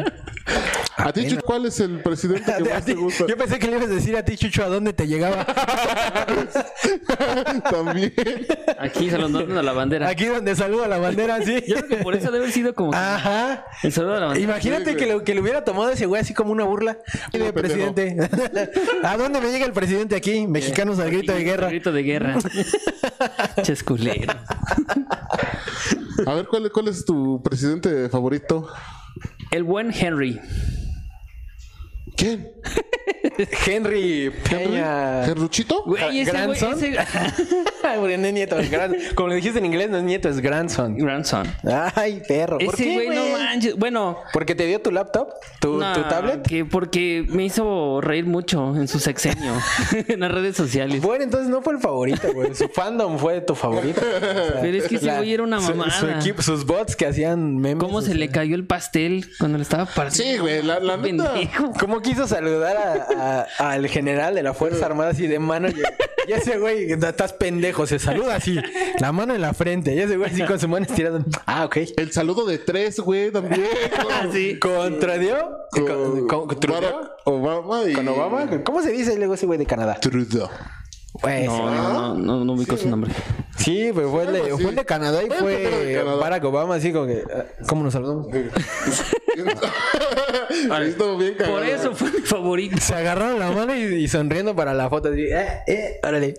¿A ti, Chuy, cuál es el presidente que más te gusta?
Yo pensé que le ibas a decir a ti, Chucho, a dónde te llegaba.
También.
Aquí se lo notan a la bandera.
Aquí donde saluda la bandera, sí.
Yo creo que por eso debe haber sido como que
Ajá.
el saludo a la bandera.
Imagínate que lo que le hubiera tomado ese güey así como una burla. Mire,
pendejo.
presidente. [laughs] ¿A dónde me llega el presidente Eh, aquí? Mexicanos al grito de guerra.
Grito de guerra. Chesculero.
A ver, ¿cuál, ¿cuál es tu presidente favorito?
El buen Henry.
¿Quién?
Henry Peña.
¿Gerruchito?
Güey, ese güey.
Grandson. [laughs]
Ese...
Güey, no es nieto, es gran- Como le dijiste en inglés, no es nieto, es grandson.
Grandson.
Ay, perro. ¿Por
Ese
qué,
güey, no manches. Bueno.
¿Porque te dio tu laptop? ¿Tu,
no,
tu tablet?
que porque me hizo reír mucho en su sexenio, [laughs] en las redes sociales.
Bueno, entonces no fue el favorito, güey. Su fandom fue tu favorito.
Pero es que ese
La-
güey era una
su-
mamada.
su equipo- sus bots que hacían memes.
¿Cómo se
o
le
sea.
cayó el pastel cuando le estaba partiendo?
Sí, güey, la, la neta.
Pendejo.
¿Cómo quiso saludar a- a- al general de la Fuerza Armada así de mano? Y, y ese güey, estás pendejo, se saluda así, la mano en la frente. Y ese güey así con su mano estirada. Ah, ok.
El saludo de tres, güey, también.
Ah,
¿Contradió?
Con,
¿Con, con- con-
Barack Obama y...
con Obama? ¿Cómo se dice luego ese güey de Canadá?
Trudeau.
Pues,
No, no, no, no, no ubico su nombre.
Sí, pues fue el, de,
Algo así.
fue el de Canadá y
Fue el primero de
fue
Canadá.
Barack Obama, así como que. ah, ¿Cómo nos saludamos?
Ahí estuvo bien cagado.
Por eso fue mi favorito.
Se agarraron la mano y, y sonriendo para la foto. Así, eh, eh, órale.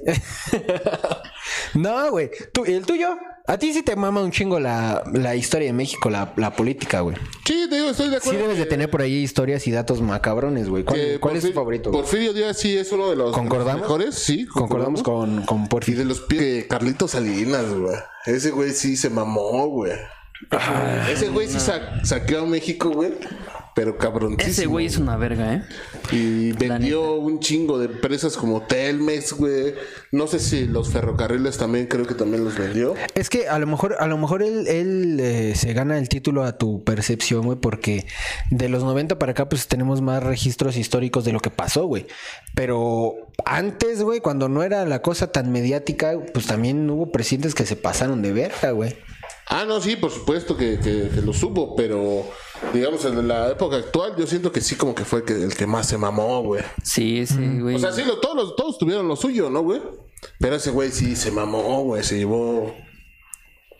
[laughs] no, güey. Tú- ¿Y el tuyo? A ti sí te mama un chingo la, la historia de México, la, la política, güey.
Sí, te digo, estoy de
Sí
acuerdo.
debes de tener por ahí historias y datos macabrones, güey. ¿Cuál,
que
cuál es tu
Porfir-
favorito? güey?
Porfirio Díaz sí es uno de los
¿Concordamos?
mejores. Sí,
Concordamos con, con
Y
Porfirio.
de los pies de Carlitos Salinas, güey. Ese
Ah,
güey sí se mamó, güey. Ese güey sí sa- saqueó a México, güey. pero cabroncísimo.
Ese güey es una verga, ¿eh?
Y
La
vendió un chingo de empresas como Telmex, güey. No sé si los ferrocarriles también, creo que también los vendió.
Es que a lo mejor, a lo mejor él, él, eh, se gana el título a tu percepción, güey, porque de los 90 para acá, pues tenemos más registros históricos de lo que pasó, güey. Pero antes, güey, cuando no era la cosa tan mediática, pues también hubo presidentes que se pasaron de verga, güey.
Ah, no, sí, por supuesto que, que, que los hubo, pero digamos en la época actual, yo siento que sí, como que fue el que, el que más se mamó, güey.
Sí, ese güey.
O sea, sí, lo- todos, los- todos tuvieron lo suyo, ¿no, güey? Pero ese güey sí se mamó, güey. Se llevó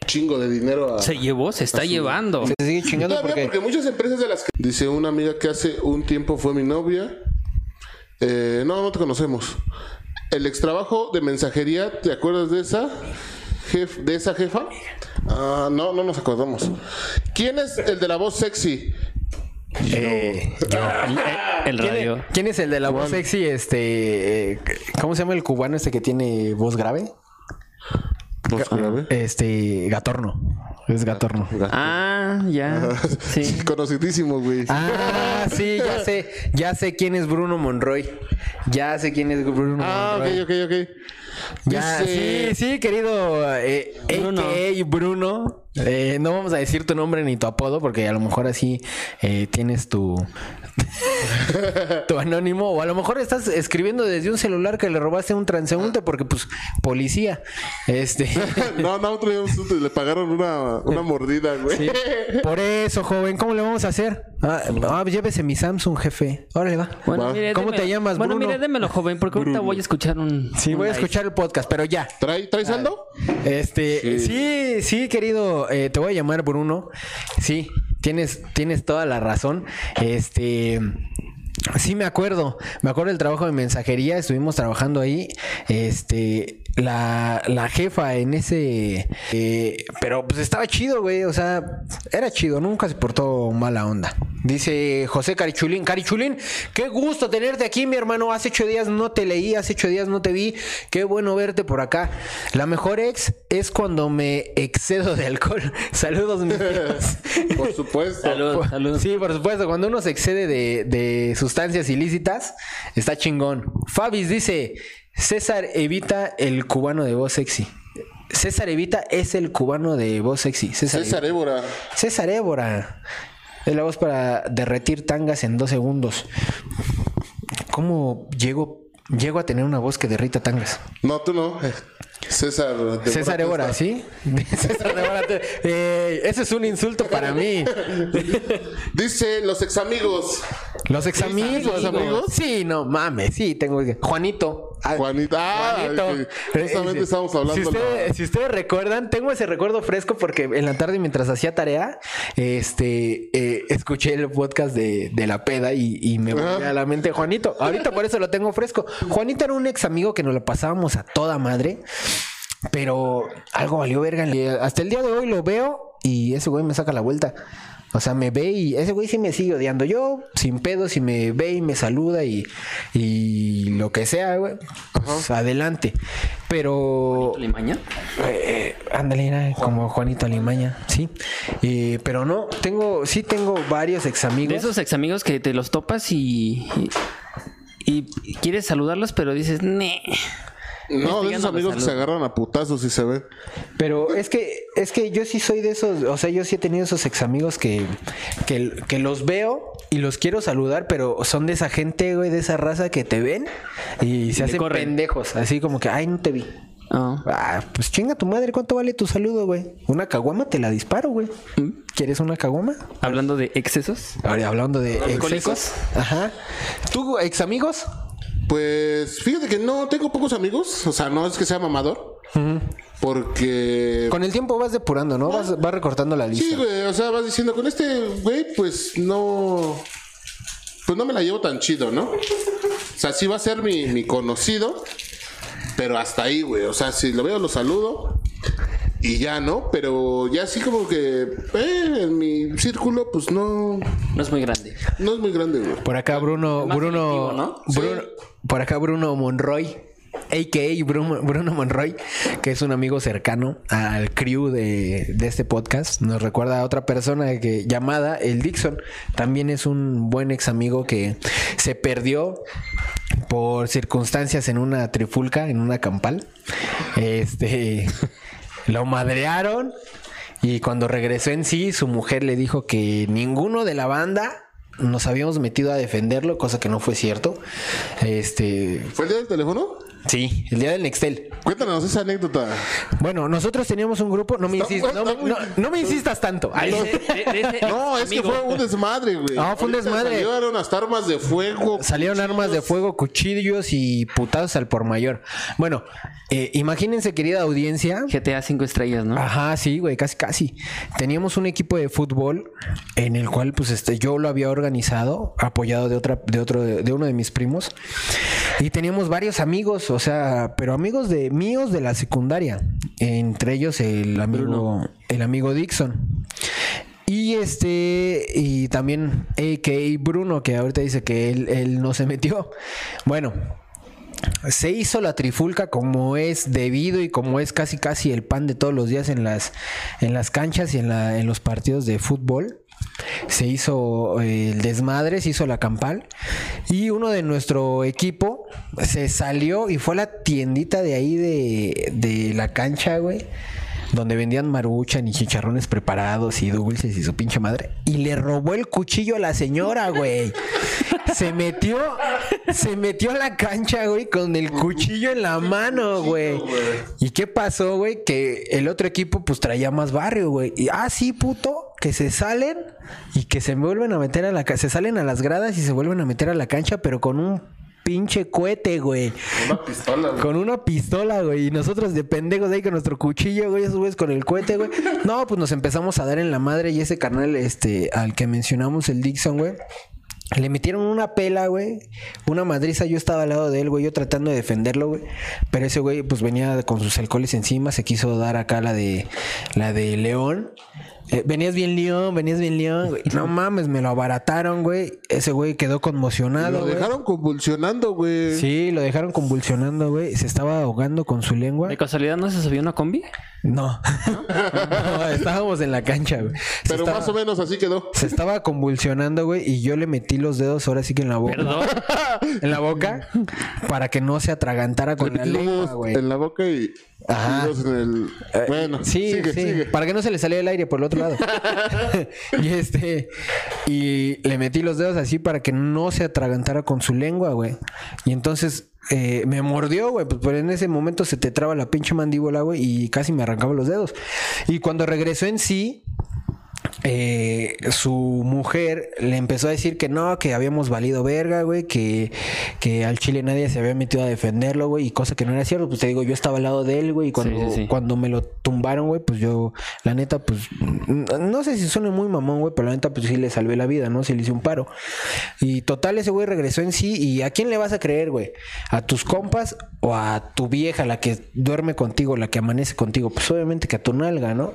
chingo de dinero a.
Se llevó, se está llevando.
Se sigue
[laughs]
chingando
Todavía,
porque...
porque muchas empresas de las que. Dice una amiga que hace un tiempo fue mi novia. Eh, no, no te conocemos. El extrabajo de mensajería, ¿te acuerdas de esa? Jef- ¿De esa jefa? Ah, no, no nos acordamos. ¿Quién es el de la voz sexy?
eh,
El, el radio.
¿Quién es el de la voz sexy? Este, eh, ¿cómo se llama el cubano este que tiene voz grave?
Voz grave.
Este, Gatorno. Es Gatorno.
Ah, ya. Sí.
[laughs] Conocidísimo, güey.
Ah, sí, ya sé, ya sé quién es Bruno Monroy. Ya sé quién es Bruno
Ah, ok,
Monroy.
ok, ok.
Ya, sí,
Dice-
sí, querido eh,
Bruno.
AKA Bruno. Eh, no vamos a decir tu nombre ni tu apodo porque a lo mejor así eh, tienes tu tu anónimo o a lo mejor estás escribiendo desde un celular que le robaste a un transeúnte porque pues policía. Este [laughs]
[laughs] No, no, otro día un- le pagaron una, una mordida, güey.
Sí. Por eso, joven, ¿cómo le vamos a hacer? Ah, ah, llévese mi Samsung, jefe. Órale, va.
Va.
mire,
¿Cómo te llamas,
Bueno,
Bruno?
mire, démelo, joven, porque ahorita voy a escuchar un.
Sí,
un
voy a
live.
escuchar el podcast, pero ya.
¿Trae, ¿Trae saldo?
Este, sí, sí, querido, eh, te voy a llamar Bruno. Sí, tienes, tienes toda la razón. Este. Sí, me acuerdo. Me acuerdo del trabajo de mensajería. Estuvimos trabajando ahí. Este, la, la jefa en ese. eh, pero pues estaba chido, güey. O sea, era chido. Nunca se portó mala onda. Dice José Carichulín. Carichulín, qué gusto tenerte aquí, mi hermano. Hace ocho días no te leí, hace ocho días no te vi. Qué bueno verte por acá. La mejor ex es cuando me excedo de alcohol. [laughs] Saludos, mis amigos.
Por supuesto.
Salud, salud.
Sí, por supuesto. Cuando uno se excede de, de sustancias ilícitas, está chingón. Fabis dice: César Evita, el cubano de voz sexy. César Evita es el cubano de voz sexy. César,
César
Evita.
Évora.
César Évora. Es la voz para derretir tangas en dos segundos. ¿Cómo llego, llego a tener una voz que derrita tangas?
No, tú no. Eh, César. Évora
César Évora,
Testa.
¿sí? [laughs] César Évora. te- Eh, ese es un insulto para mí.
Dice los ex amigos.
Los ex amigos,
¿Los amigos?
Sí, no mames, sí, tengo. Juanito. Ah,
Juanita. Ah, eh,
Eh,
Justamente
eh,
estábamos hablando.
Si
de
ustedes, si ustedes recuerdan, tengo ese recuerdo fresco porque en la tarde mientras hacía tarea, este, eh, escuché el podcast de, de la peda y, y me volvió a la mente Juanito. Ahorita por eso lo tengo fresco. Juanito era un ex amigo que nos lo pasábamos a toda madre, pero algo valió verga. Y eh, Hasta el día de hoy lo veo y ese güey me saca la vuelta. O sea, me ve y ese güey sí me sigue odiando. Yo, sin pedo, si me ve y me saluda y, y lo que sea, güey, pues adelante. Pero.
¿Limaña?
Eh, ándale, era como Juanito Alimaña, sí. Eh, pero no, tengo, sí tengo varios ex
De
amigos.
esos ex amigos que te los topas y. y, y quieres saludarlos, pero dices, "Nee".
No, de esos
Investigando
amigos
la
que
salud.
se agarran a putazos y se ven.
Pero es que, es que yo sí soy de esos, o sea, yo sí he tenido esos ex amigos que, que, que los veo y los quiero saludar, pero son de esa gente, güey, de esa raza que te ven y se
le
hacen
corren.
pendejos, así como que, ay, no te vi.
Ah.
Ah, pues chinga tu madre, ¿cuánto vale tu saludo, güey? Una caguama te la disparo, güey. ¿Quieres una caguama?
Hablando de excesos.
Ahora, hablando de
¿Alcohólicos?
excesos. Ajá. ¿Tú, ex amigos?
Pues fíjate que no tengo pocos amigos. O sea, no es que sea mamador. Porque.
Con el tiempo vas depurando, ¿no? Vas, vas recortando la lista.
Eh. Sí, güey. O sea, vas diciendo con este güey, pues no. Pues no me la llevo tan chido, ¿no? O sea, sí va a ser mi, mi conocido. Pero hasta ahí, güey. O sea, si lo veo, lo saludo. Y ya, ¿no? Pero ya así como que. Eh, en mi círculo, pues no.
No es muy grande.
No es muy grande, güey.
Por acá Bruno,
más
Bruno,
selectivo, ¿no?
Bruno, por acá Bruno Monroy. a.k.a. Bruno, Bruno Monroy, que es un amigo cercano al crew de, de este podcast. Nos recuerda a otra persona que, llamada El Dixon. También es un buen ex amigo que se perdió por circunstancias en una trifulca, en una campal. Este lo madrearon y cuando regresó en sí, su mujer le dijo que ninguno de la banda nos habíamos metido a defenderlo, cosa que no fue cierto. Este,
¿Fue el día del teléfono?
sí, el día del Nextel.
Cuéntanos esa anécdota.
Bueno, nosotros teníamos un grupo, no me,
Está-
insist- no, me-
está muy-
no- no me insistas tanto. Ay,
No, es que fue un desmadre, güey.
No, fue un
Ahorita
desmadre.
Salieron hasta armas de fuego.
Salieron armas de fuego, cuchillos y putados al por mayor. Bueno, eh, imagínense, querida audiencia,
GTA 5 estrellas, ¿no?
Ajá, sí, güey, casi, casi. Teníamos un equipo de fútbol en el cual, pues, este, yo lo había organizado, apoyado de otra, de otro, de uno de mis primos, y teníamos varios amigos, o sea, pero amigos de míos de la secundaria, entre ellos el amigo, el amigo Dixon. Y este, y también a.k.a. Bruno, que ahorita dice que él, él no se metió. Bueno, se hizo la trifulca como es debido y como es casi casi el pan de todos los días en las, en las canchas y en, la- en los partidos de fútbol. Se hizo eh, el desmadre, se hizo la campal y uno de nuestro equipo se salió y fue a la tiendita de ahí de, de la cancha, güey, donde vendían maruchan y chicharrones preparados y dulces y su pinche madre y le robó el cuchillo a la señora, güey. Se metió, se metió a la cancha, güey, con el cuchillo en la mano, güey. ¿Y qué pasó, güey? Que el otro equipo, pues, traía más barrio, güey. Y, ah, sí, puto, que se salen y que se vuelven a meter a la cancha. Se salen a las gradas y se vuelven a meter a la cancha, pero con un pinche cohete, güey.
Una pistola, güey.
Con una pistola, güey. Y nosotros de pendejos ahí con nuestro cuchillo, güey. Esos güeyes con el cohete, güey. No, pues nos empezamos a dar en la madre. Y ese carnal, este, al que mencionamos, el Dixon, güey. Le metieron una pela, güey. Una madriza. Yo estaba al lado de él, güey. Yo tratando de defenderlo, güey. Pero ese güey, pues venía con sus alcoholes encima. Se quiso dar acá la de, la de León. Eh, venías bien León, venías bien León, güey. No mames, me lo abarataron, güey. Ese güey quedó conmocionado.
Lo
güey.
dejaron convulsionando, güey.
Sí, lo dejaron convulsionando, güey. Se estaba ahogando con su lengua.
¿De casualidad no se subió una combi?
No. [laughs] No, estábamos en la cancha, güey. Se
Pero
estaba-
más o menos así quedó.
Se estaba convulsionando, güey, y yo le metí los dedos ahora sí que en la boca.
Perdón.
En la boca para que no se atragantara con la
Metí
lengua,
dos
güey.
en la boca y,
Ajá. Eh,
y dos en el. Bueno,
Sí,
sigue,
sí.
sigue.
Para que no se le saliera el aire por el otro
[laughs]
lado. y este. Y le metí los dedos así para que no se atragantara con su lengua, güey. Y entonces. eh, me mordió, güey, pues pero en ese momento se te traba la pinche mandíbula, güey, y casi me arrancaba los dedos. Y cuando regresó en sí, eh, su mujer le empezó a decir que no, que habíamos valido verga, güey, que, que al chile nadie se había metido a defenderlo, güey, y cosa que no era cierto. Pues te digo, yo estaba al lado de él, güey, y cuando,
Sí, sí, sí.
cuando me lo tumbaron, güey, pues yo, la neta, pues, n- no sé si suene muy mamón, güey, pero la neta, pues sí le salvé la vida, ¿no? Sí le hice un paro. Y total, ese güey regresó en sí, y ¿a quién le vas a creer, güey? ¿A tus compas o a tu vieja, la que duerme contigo, la que amanece contigo? Pues obviamente que a tu nalga, ¿no?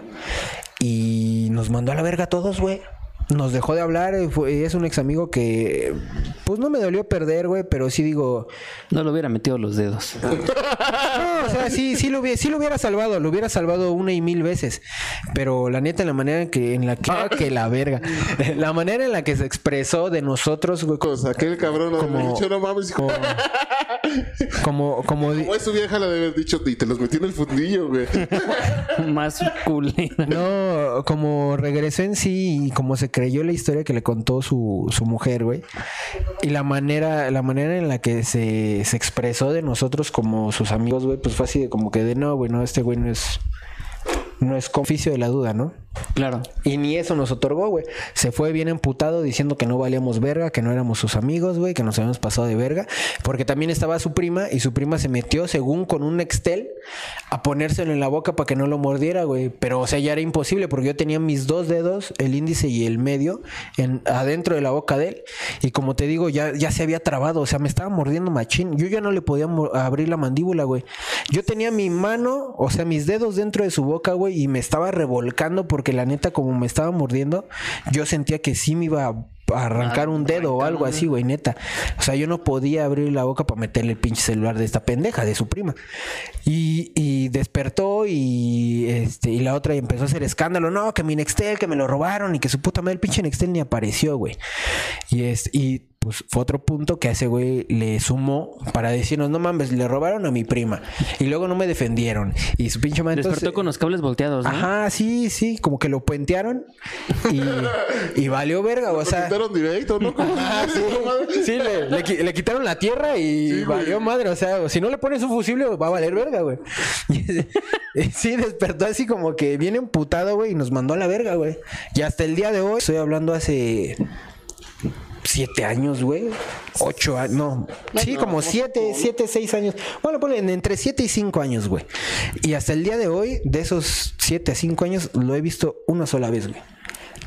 Y nos mandó a la verga a todos, güey. Nos dejó de hablar. eh, fue- es un ex amigo que, pues no me dolió perder, güey, pero sí digo.
[laughs] No le hubiera metido los dedos.
No, o sea, sí, sí, lo hubiera, sí lo hubiera salvado, lo hubiera salvado una y mil veces. Pero la neta, la manera en que, en la que, ah, que la verga. [laughs] La manera en la que se expresó de nosotros, güey,
Pues aquel cabrón lo
Eh, Como-
había dicho, no mames. hijo".
como, como, como, di-
Como es su vieja la debe haber dicho y te los metí en el fundillo,
[laughs]
güey.
[laughs] Más culera.
No, como regresó en sí y como se creyó la historia que le contó su, su mujer, güey. Y la manera, la manera en la que se, se expresó de nosotros como sus amigos, güey, pues fue así de como que de no, güey, no, este güey no es, no es conficio de la duda, ¿no?
Claro.
Y ni eso nos otorgó, güey. Se fue bien emputado diciendo que no valíamos verga, que no éramos sus amigos, güey, que nos habíamos pasado de verga. Porque también estaba su prima y su prima se metió, según con un Nextel, a ponérselo en la boca para que no lo mordiera, güey. Pero, o sea, ya era imposible porque yo tenía mis dos dedos, el índice y el medio, en, adentro de la boca de él. Y como te digo, ya, ya se había trabado, o sea, me estaba mordiendo machín. Yo ya no le podía mo- abrir la mandíbula, güey. Yo tenía mi mano, o sea, mis dedos dentro de su boca, güey, y me estaba revolcando porque la neta, como me estaba mordiendo, yo sentía que sí me iba a arrancar un dedo o algo así, güey, neta. O sea, yo no podía abrir la boca para meterle el pinche celular de esta pendeja, de su prima. Y, y despertó y, este, y la otra empezó a hacer escándalo. No, que mi Nextel, que me lo robaron y que su puta madre, el pinche Nextel ni apareció, güey. Y, es, y pues fue otro punto que a ese güey le sumó para decirnos, no mames, le robaron a mi prima. Y luego no me defendieron. Y su pinche madre...
Despertó
entonces-
con los cables volteados, ¿no?
Ajá, sí, sí, como que lo puentearon y, y valió verga, o sea.
Quitaron directo,
[laughs]
¿no? ¿Cómo?
Sí, le, le qui- le quitaron la tierra y valió madre. O sea, si no le pones un fusible, va a valer verga, güey. [laughs] Sí, despertó así como que bien emputado, güey, y nos mandó a la verga, güey. Y hasta el día de hoy, estoy hablando hace siete años, güey. Ocho años, no. Sí, como siete, siete, seis años. Bueno, ponen entre siete y cinco años, güey. Y hasta el día de hoy, de esos siete a cinco años, lo he visto una sola vez, güey.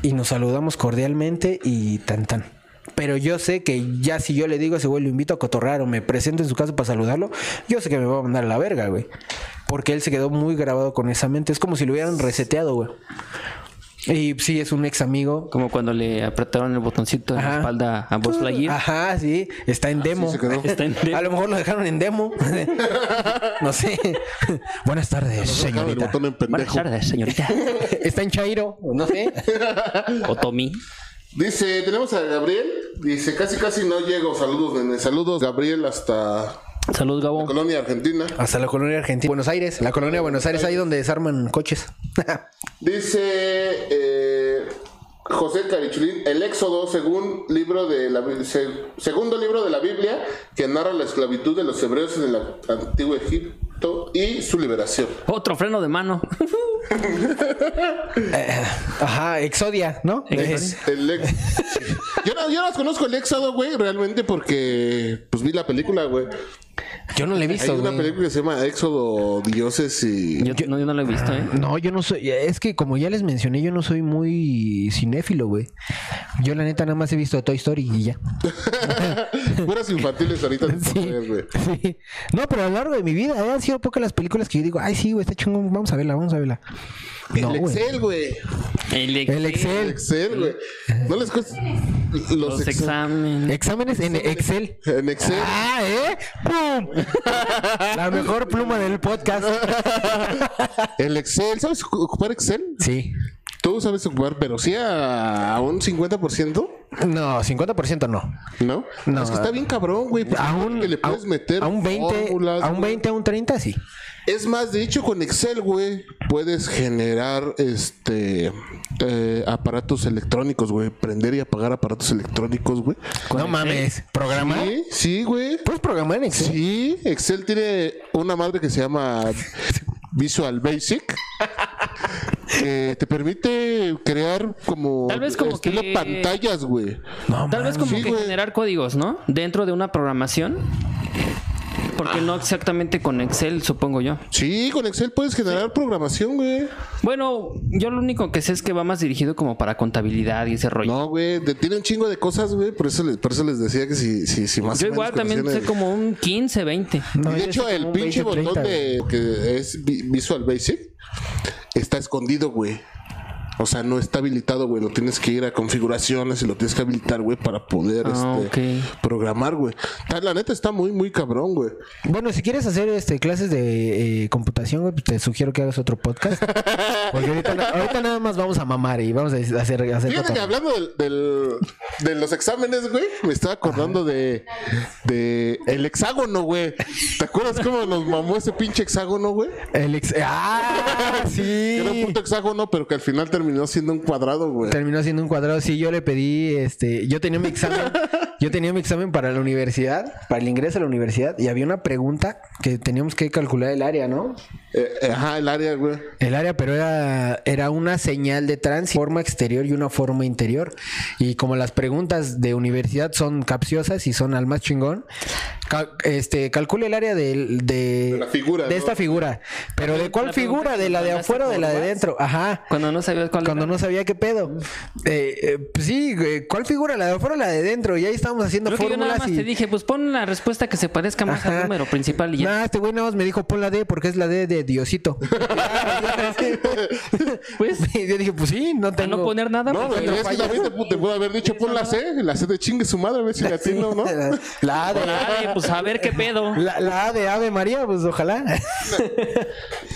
Y nos saludamos cordialmente y tan tan. Pero yo sé que ya si yo le digo a ese güey, lo invito a cotorrar o me presento en su casa para saludarlo, yo sé que me va a mandar a la verga, güey. Porque él se quedó muy grabado con esa mente. Es como si lo hubieran reseteado, güey. Y sí, es un ex amigo.
Como cuando le apretaron el botoncito de la
Ajá. Ah,
espalda a Buzz Lightyear.
Ajá, sí. Está en demo.
Ah, se quedó.
Está en demo.
A lo mejor lo dejaron en demo. [laughs] no
[laughs]
sé. Buenas tardes,
Sacaron el
señorita.
botón en
Buenas
pendejo.
[laughs]
tardes, señorita.
Está en Chairo. No sé.
O Tommy.
Dice, tenemos a Gabriel. Dice, casi casi no llego. Saludos, nene. Saludos, Gabriel, hasta
Salud,
la
Oh.
Gabo.
colonia argentina.
Hasta la colonia argentina. Buenos Aires. La colonia de Buenos Aires, ahí donde desarman coches. [laughs]
Dice eh, José Carichulín, el Éxodo, según libro de la Bi- se- segundo libro de la Biblia, que narra la esclavitud de los hebreos en el antiguo Egipto y su liberación.
Otro freno de mano. [laughs]
Ajá, Exodia, ¿no? Es-
El ex-
[laughs]
yo, no, yo no las conozco el Éxodo, güey, realmente porque pues vi la película, güey.
yo no le he
Hay
visto,
una
güey.
película que se llama Éxodo, dioses y
Yo, no, yo no lo he visto, ¿eh?
No, yo no soy. Es que como ya les mencioné, yo no soy muy cinéfilo, güey. Yo la neta nada más he visto Toy Story y ya.
[laughs] puras infantiles ahorita.
[laughs] Sí,
güey.
sí. No, pero a lo largo de mi vida eh, han sido pocas las películas que yo digo, ay, sí, güey, está chingón, vamos a verla, vamos a verla. No,
el
güey.
Excel, güey.
El, ex-
El
El
Excel.
Excel, güey. No les cuesta los,
los
Excel-
exámenes.
Exámenes en Excel.
En Excel.
[laughs] Ah, ¿eh? ¡Pum!
[laughs]
La mejor pluma del podcast.
El Excel, ¿sabes ocu- ocupar Excel?
Sí.
Tú sabes ocupar, pero sí a, a un 50%,
No, 50% no.
¿no?
No.
Es que está bien cabrón, güey. porque
A un,
pues, le
a,
puedes meter
a un 20,
fórmulas,
a un
güey.
20, a un 30, sí.
Es más, de hecho, con Excel, güey, puedes generar este eh, aparatos electrónicos, güey. Prender y apagar aparatos electrónicos, güey.
No mames. ¿Programar?
Sí, sí, güey.
E ¿Puedes programar en E Excel?
Sí, Excel tiene una madre que se llama Visual Basic. que te permite crear como
Tal vez como
estilo
que-
pantallas, güey.
No,
Tal vez como
Sí,
que
güey.
generar códigos, ¿no? Dentro de una programación. Porque no exactamente con Excel, supongo yo.
Sí, con Excel puedes generar programación, güey.
Bueno, yo lo único que sé es que va más dirigido como para contabilidad y ese rollo.
No, güey, te- tiene un chingo de cosas, güey. Por eso les, por eso les decía que si, si, si más
yo
o menos
igual también sé
conocían el-
como un 15, 20.
No,
y de
yo
hecho,
sé
el
como un
pinche
20,
botón
30,
de que es Vi- Visual Basic está escondido, güey. O sea, no está habilitado, güey. Lo tienes que ir a configuraciones y lo tienes que habilitar, güey, para poder
Ah,
este,
ok.
programar, güey. Ta- La neta está muy, muy cabrón, güey.
Bueno, si quieres hacer este clases de eh, computación, güey, pues te sugiero que hagas otro
[laughs]
podcast. Porque ahorita, na- ahorita nada más vamos a mamar y vamos a hacer, hacer
Fíjate que
cotorreo.
hablando del, del- de los exámenes, güey, me estaba acordando de, de el hexágono, güey. ¿Te acuerdas cómo nos mamó ese pinche hexágono, güey?
El ex- ¡Ah!
[laughs] Que Era un
Sí.
puto hexágono, pero que al final terminó siendo un cuadrado, güey.
Terminó siendo un cuadrado. Sí, yo le pedí, este, yo tenía mi
[laughs]
examen, yo tenía mi examen para la universidad, para el ingreso a la universidad, y había una pregunta que teníamos que calcular el área, ¿no?
Eh, eh, ajá, el área, güey.
El área, pero era, era una señal de tránsito, forma exterior y una forma interior. Y como las preguntas de universidad son capciosas y son al más chingón, Cal- este, calcula el área del- de,
De la figura,
de
¿no?
esta figura. Pero ¿de cuál
la pregunta
figura?
que
¿De
me
la de
mandaste
afuera o de
por
la de
WhatsApp?
dentro? Ajá.
Cuando no sabías cuál
Cuando
era.
no sabía qué pedo. Eh, eh, pues sí, güey, ¿cuál figura? ¿La de afuera o la de dentro? Y ahí estábamos haciendo
Creo que yo nada
fórmulas
más
y...
te dije, pues pon la respuesta que se parezca más
Ajá.
al número principal y ya.
Nah, este güey nada más me dijo pon la D porque es la D de
[laughs]
Diosito.
Pues,
yo dije, pues sí, no
a
tengo.
no poner nada,
No,
pues,
güey, es que también te, pu- te puedo haber dicho pon la C, la C de chingue su madre, a ver si
[laughs]
la
Sí,
atino,
[laughs]
¿no?
la- La A de,
nadie, pues a ver qué pedo.
la, la A de Ave María, pues ojalá.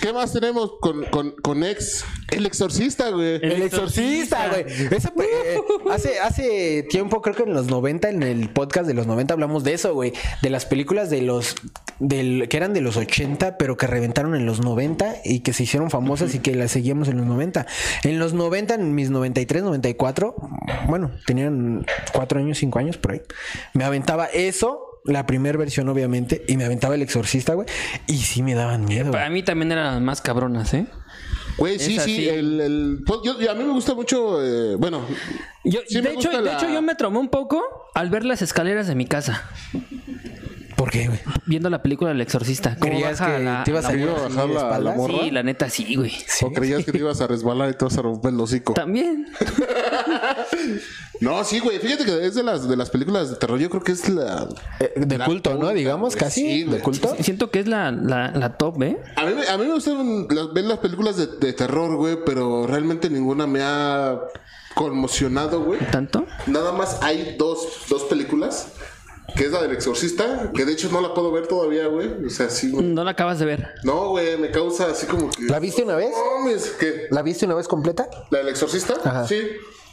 ¿Qué más tenemos con, con, con ex? El exorcista, güey.
El exorcista, güey. Esa, eh, hace, hace tiempo, creo que en los 90, en el podcast de los 90 hablamos de eso, güey. De las películas de los... Del, que eran de los 80, pero que reventaron en los 90 y que se hicieron famosas y que las seguíamos en los 90. En los 90, en mis 93, 94, bueno, tenían 4 años, 5 años por ahí. Me aventaba eso, la primera versión obviamente, y me aventaba el exorcista, güey. Y sí me daban miedo. güey.
Para mí también eran más cabronas, ¿eh?
Güey, sí,
Es
sí.
así.
El, el- pues, yo- yo- a mí me gusta mucho, eh, bueno,
Yo,
Sí
de,
me
hecho,
gusta
de
la-
hecho, yo me tromé un poco al ver las escaleras de mi casa,
¿Por qué, güey?
viendo la película del exorcista. ¿Cómo
¿Creías
baja
que
la-
te ibas a
la-
¿Te iba a
así
bajar
de
la- la
espaldas?
morra?
Sí, la neta, sí, güey.
o creías que te ibas a resbalar y te vas a romper el hocico.
También.
No, sí, güey. Fíjate que es de las, de las películas de terror. Yo creo que es la.
Eh, de
la
culto, ¿no?
única,
Digamos,
güey.
casi.
Sí,
de
güey.
culto.
Siento que es la, la, la top, ¿eh?
A mí, me- a mí me gustan las, ver las películas de, de terror, güey, pero realmente ninguna me ha conmocionado, güey.
¿Tanto?
Nada más hay dos, dos películas, que es la del exorcista, que de hecho no la puedo ver todavía, güey. O sea, sí, güey.
No la acabas de ver.
No, güey, me causa así como que...
¿La viste una vez?
No, mames, ¿qué?
¿La viste una vez completa?
¿La del exorcista?
Ajá.
Sí.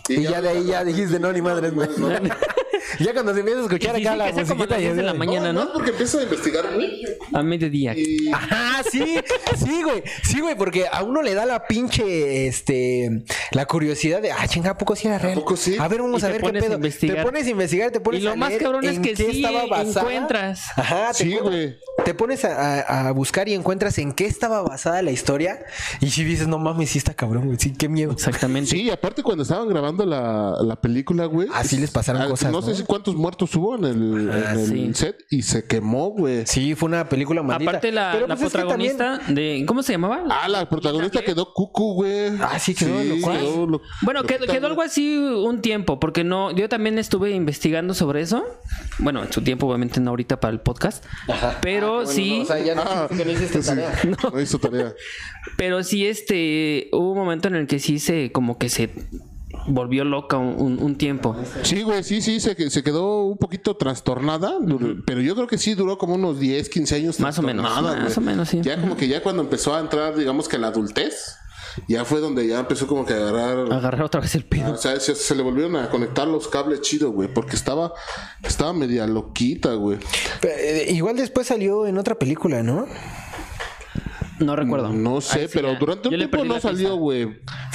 Y, ya, de ahí ya dijiste, no, ni madre. [laughs] ya cuando se empieza a escuchar
Y sí,
acá
sí,
la
que sea como
musiquita
las
y
diez de la
así,
mañana.
No,
¿no?
no, porque empiezo a investigar, güey.
A mediodía.
Y...
Ajá, sí, sí, güey, sí, güey, porque a uno le da la pinche, este, la curiosidad de, ah, chinga, ¿a poco sí era real?
poco sí?
A ver, vamos
Y
a
te
ver qué
pones a
pedo. Te
investigar.
pones a investigar, te pones
Y lo
a
más
leer
cabrón es
en
que
qué
sí
estaba basada. Ah,
encuentras.
Ajá, te
Sí,
encuentras.
güey.
Te pones a, a- a buscar y encuentras en qué estaba basada la historia. Y si dices, no mames, sí está cabrón, güey. Sí, qué miedo.
Exactamente.
Sí, y aparte cuando estaban grabando la, la película, güey.
Así les pasaron
ah,
cosas,
No, sé
¿no?
si cuántos muertos hubo en el,
Ah,
en el
sí.
set y se quemó, güey.
Sí, fue una película maldita.
Aparte, la,
Pero,
la
pues, es que también-
protagonista de. ¿Cómo se llamaba?
Ah, la protagonista quedó cucu, güey.
Ah, sí, quedó locuaz.
lo-
Bueno,
loquita,
quedó, quedó
güey.
algo así un tiempo, porque no, yo también estuve investigando sobre eso. Bueno, en su tiempo, obviamente, no ahorita para el podcast. Pero sí,
O sea, ya no,
Ah,
que no hiciste
sí,
tarea.
[laughs] no. hizo tarea.
pero sí, este, hubo un momento en el que sí se, como que se volvió loca un, un- un tiempo.
Sí, güey, sí, sí, se, que- se quedó un poquito trastornada, dur- pero yo creo que sí duró como unos 10, 15 años.
Más o menos,
trastornada,
más
güey.
o menos, sí.
Ya como que ya cuando empezó a entrar, digamos que la adultez, ya fue donde ya empezó como que a agarrar...
Agarrar otra vez el
Ah,
pedo.
O sea, se, se le volvieron a conectar los cables chido, güey, porque estaba, estaba media loquita, güey.
Eh, Igual después salió en otra película, ¿no?
No recuerdo.
No sé,
Ahí sí
pero
ya-
durante
yo
un
le
tiempo
perdí
no
la pista.
salió, güey.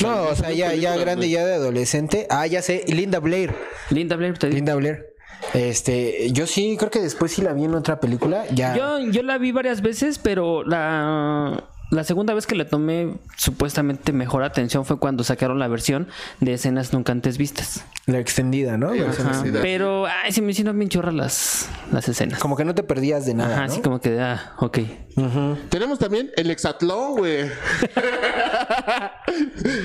No, o sea, ya, ya
películas,
grande,
güey.
ya de adolescente. Ah, ya sé, Linda Blair.
Linda Blair, te digo.
Linda Blair. Este, yo sí, creo que después sí la vi en otra película. Ya.
Yo, yo la vi varias veces, pero la, la segunda vez que le tomé supuestamente mejor atención fue cuando sacaron la versión de escenas nunca antes vistas.
La extendida, ¿no?
Sí,
O sea,
ajá.
Ajá, Pero ay, se me hicieron bien chorras las, las escenas.
Como que no te perdías de nada.
Ajá,
¿no?
así como que, ah, ok.
Tenemos también el hexatlón, güey.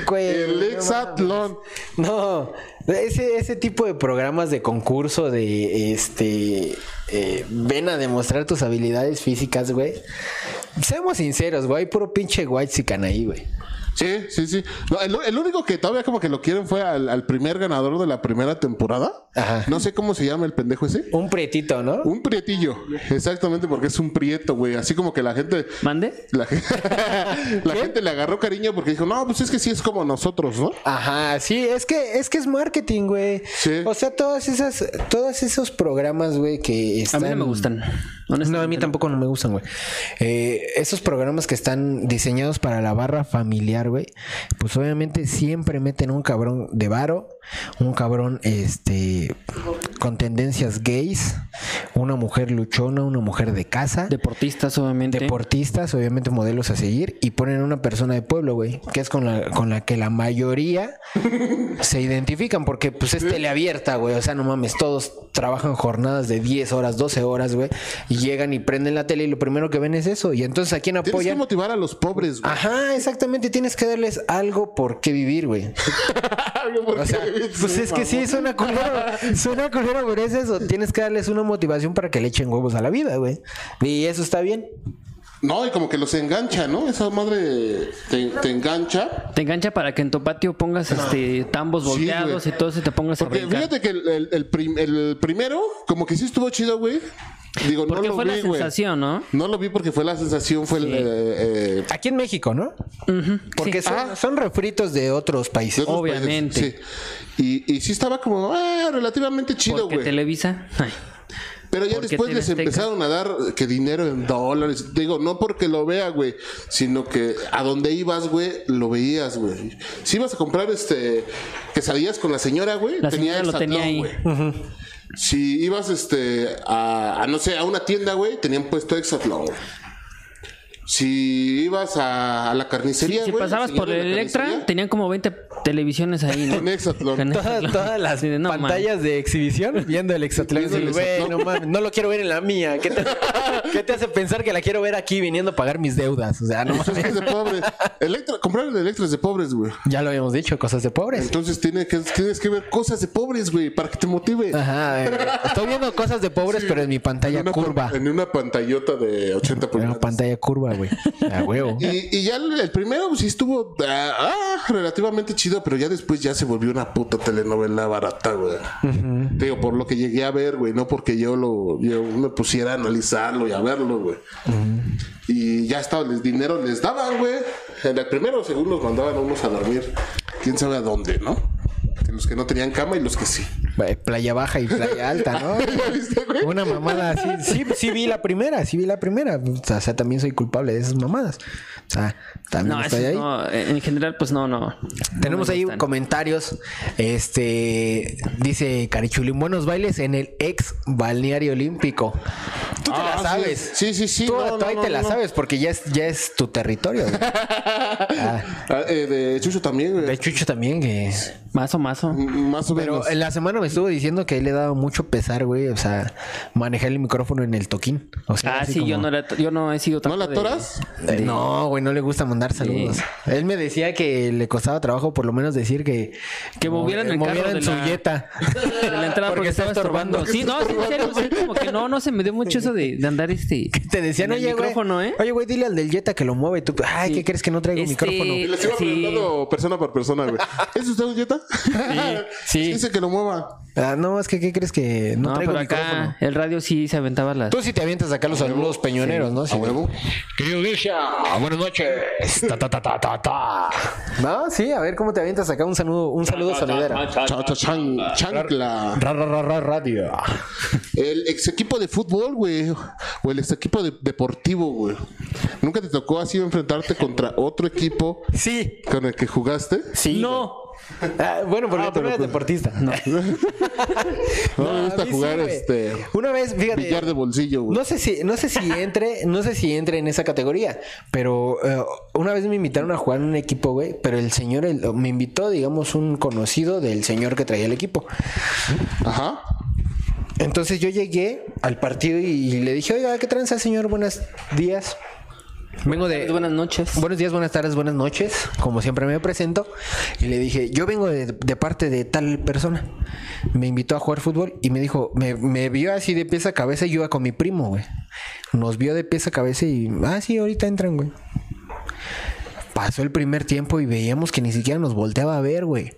Güey,
El
no
hexatlón.
No, ese, ese tipo de programas de concurso de este eh, ven a demostrar tus habilidades físicas, güey. Seamos sinceros, güey, hay puro pinche white chican ahí, güey.
Sí, sí, sí. No, el, el único que todavía como que lo quieren fue al, al primer ganador de la primera temporada.
Ajá.
No sé cómo se llama el pendejo ese.
Un pretito, ¿no?
Un prietillo. Exactamente, porque es un prieto, güey. Así como que la gente...
¿Mande?
La, gen- [laughs] la gente le agarró cariño porque dijo, no, pues es que sí es como nosotros, ¿no?
Ajá, sí, es que es que es marketing, güey.
Sí.
O sea, todas esas todos esos programas, güey, que
A
están
mí no me gustan. honestamente.
No, a mí tampoco no me gustan, güey. Eh, esos programas que están diseñados para la barra familiar, güey, pues obviamente siempre meten un cabrón de varo, un cabrón, este, con tendencias gays, una mujer luchona, una mujer de casa,
Deportistas, obviamente.
deportistas, obviamente modelos a seguir, y ponen una persona de pueblo, güey, que es con la, con la que la mayoría se identifican, porque pues es teleabierta, güey, o sea, no mames, todos trabajan jornadas de 10 horas, 12 horas, güey, y llegan y prenden la tele y lo primero que ven es eso, y entonces a quién
Tienes que
apoyan.
motivar a los pobres,
Ah.
güey.
Ajá, exactamente, tienes que darles algo por qué vivir, güey. O sea, pues es que sí, suena culero. Suena culero, pero es eso. Tienes que darles una motivación para que le echen huevos a la vida, güey. Y eso está bien.
No, y como que los engancha, ¿no? Esa madre te, te engancha.
Te engancha para que en tu patio pongas este tambos
Sí, güey.
volteados y todo eso y te pongas a
Porque
brincar.
fíjate que el, el- el prim- el primero, como que sí estuvo chido, güey. Digo, no
Porque
lo
fue
vi,
la
güey.
sensación, ¿no?
No lo vi porque fue la sensación, fue el, eh, eh,
Aquí en México, ¿no? Porque
Sí. Ah.
son, son refritos de otros
de
países.
otros
Obviamente.
países, sí. Y, y sí estaba como ah, relativamente chido,
Porque
güey.
Televisa. Ay.
Pero ya
porque
después
TV
les
Azteca.
empezaron a dar eh, que dinero en dólares. Digo, no porque lo vea, güey, sino que a donde ibas, güey, lo veías, güey. Si ibas a comprar este quesadillas con la señora, güey,
La señora lo tenía ahí.
güey. Si ibas este a, a, no sé, a una tienda, güey, tenían puesto Exatlón. güey. Si ibas a, a la carnicería,
si
güey, la
pasabas
señora
por
de la
el Electra,
carnicería,
tenían como 20 televisiones ahí, ¿no?
Con Exatlón. [laughs]
[laughs]
Con
Todas,
Hexatlón.
todas las
Sí, de, no, man.
pantallas de exhibición viendo el exatlón.
Viendo el
Güey,
Exatlón.
no mames, no lo quiero ver en la mía. ¿Qué te, qué te hace pensar que la quiero ver aquí viniendo a pagar mis deudas? O sea, no
Pues es que
mames.
es de pobres. Electra, comprar el Electra es de pobres, güey.
Ya lo habíamos dicho, cosas de pobres.
Entonces tiene que, tienes que ver cosas de pobres, güey, para que te motive.
Ajá, eh, estoy viendo cosas de pobres, pero en mi pantalla
En una
curva.
pan- En una pantallota de 80
Una
pulgadas.
pantalla curva, güey. A huevo.
Y, y ya el, el primero pues, sí estuvo ah, ah, relativamente chido, pero ya después ya se volvió una puta telenovela barata, güey. Te Digo, por lo que llegué a ver, güey, no porque yo lo yo me pusiera a analizarlo y a verlo, güey. Y ya estaba, les dinero les daban, güey. En el primero, según los mandaban a unos a dormir, quién sabe a dónde, ¿no? Los que no tenían cama y los que sí.
Eh, Playa baja y playa alta,
[laughs]
¿no? Una mamada así. Sí, sí vi la primera, sí vi la primera. O sea, también soy culpable de esas mamadas. O sea, también
No,
estoy
eso
ahí.
no, en general, pues no, no.
Tenemos
No me
ahí
gustan.
comentarios. Este dice Carichulín, buenos bailes en el ex balneario olímpico. Tú te
Ah,
la
sí.
sabes.
Sí, sí, sí.
Tú,
No,
tú
no,
ahí
no,
te la
no.
sabes porque ya es, ya es tu territorio.
[laughs]
güey. Ah,
Ah, eh, de Chucho también, güey.
de Chucho también, que.
Mazo, mazo.
M- Más o
Pero
menos.
en la semana me estuvo diciendo que él le daba mucho pesar, güey. O sea, manejar el micrófono en el toquín. O sea,
Ah,
así
sí, yo,
como-
no la- yo no he sido tan.
¿No la toras?
Eh, No, güey, no le gusta mandar saludos. Él me decía que le costaba trabajo por lo menos decir que...
Que movieran el carro de
su
la-
yeta. [laughs]
[laughs] De la entrada porque, estaba estorbando. Sí, no, sí, en serio, sí, como que no, no se me dio mucho eso de, de andar este.
Te decían,
en el
oye, güey.
micrófono, ¿eh?
Oye, güey, dile al del Jetta que lo mueve. Y tú, ay,
Sí.
¿qué crees que no traigo
Este-
Y
micrófono?
les iba
Sí.
preguntando persona por persona,
[laughs]
güey. ¿Es usted un dieta? [laughs]
sí.
Dice que lo mueva.
Ah, no, es que ¿qué crees que no,
No, Pues,
traigo
pero acá
micrófono?
el radio sí se aventaba las.
Tú sí te avientas acá los saludos peñoneros, ¿no? Sí.
A huevo.
Querido Grisha, buenas noches. [laughs] Ta, ta, ta, ta, ta, ta. No, sí, a ver cómo te avientas acá un saludo, un saludo sonidero.
Chao, chao, Ah, chan- chancla.
Ra, ra, ra, ra, radio.
El ex equipo de fútbol, güey. O el ex equipo de- deportivo, güey. ¿Nunca te tocó así enfrentarte contra otro equipo
Sí,
con el que jugaste?
sí.
No,
Ah, bueno, porque
Ah,
tú no
pero
eres
pues-
deportista. No. [laughs]
No,
No,
me
a
gusta
mí sí,
jugar
güey.
este.
Una vez, fíjate.
Billar de bolsillo, güey.
No sé si, no sé si entre, no sé si entre en esa categoría, pero eh, una vez me invitaron a jugar en un equipo, güey, pero el señor el- me invitó, digamos, un conocido del señor que traía el equipo.
Ajá.
Entonces yo llegué al partido y le dije, oiga, ¿qué tranza, señor? Buenos días. Vengo de...
Pues, buenas noches.
Buenos días, buenas tardes, buenas noches. Como siempre me presento. Y le dije, yo vengo de, de parte de tal persona. Me invitó a jugar fútbol y me dijo, me, me vio así de pies a cabeza y yo iba con mi primo, güey. Nos vio de pies a cabeza y, ah, sí, ahorita entran, güey. Pasó el primer tiempo y veíamos que ni siquiera nos volteaba a ver, güey.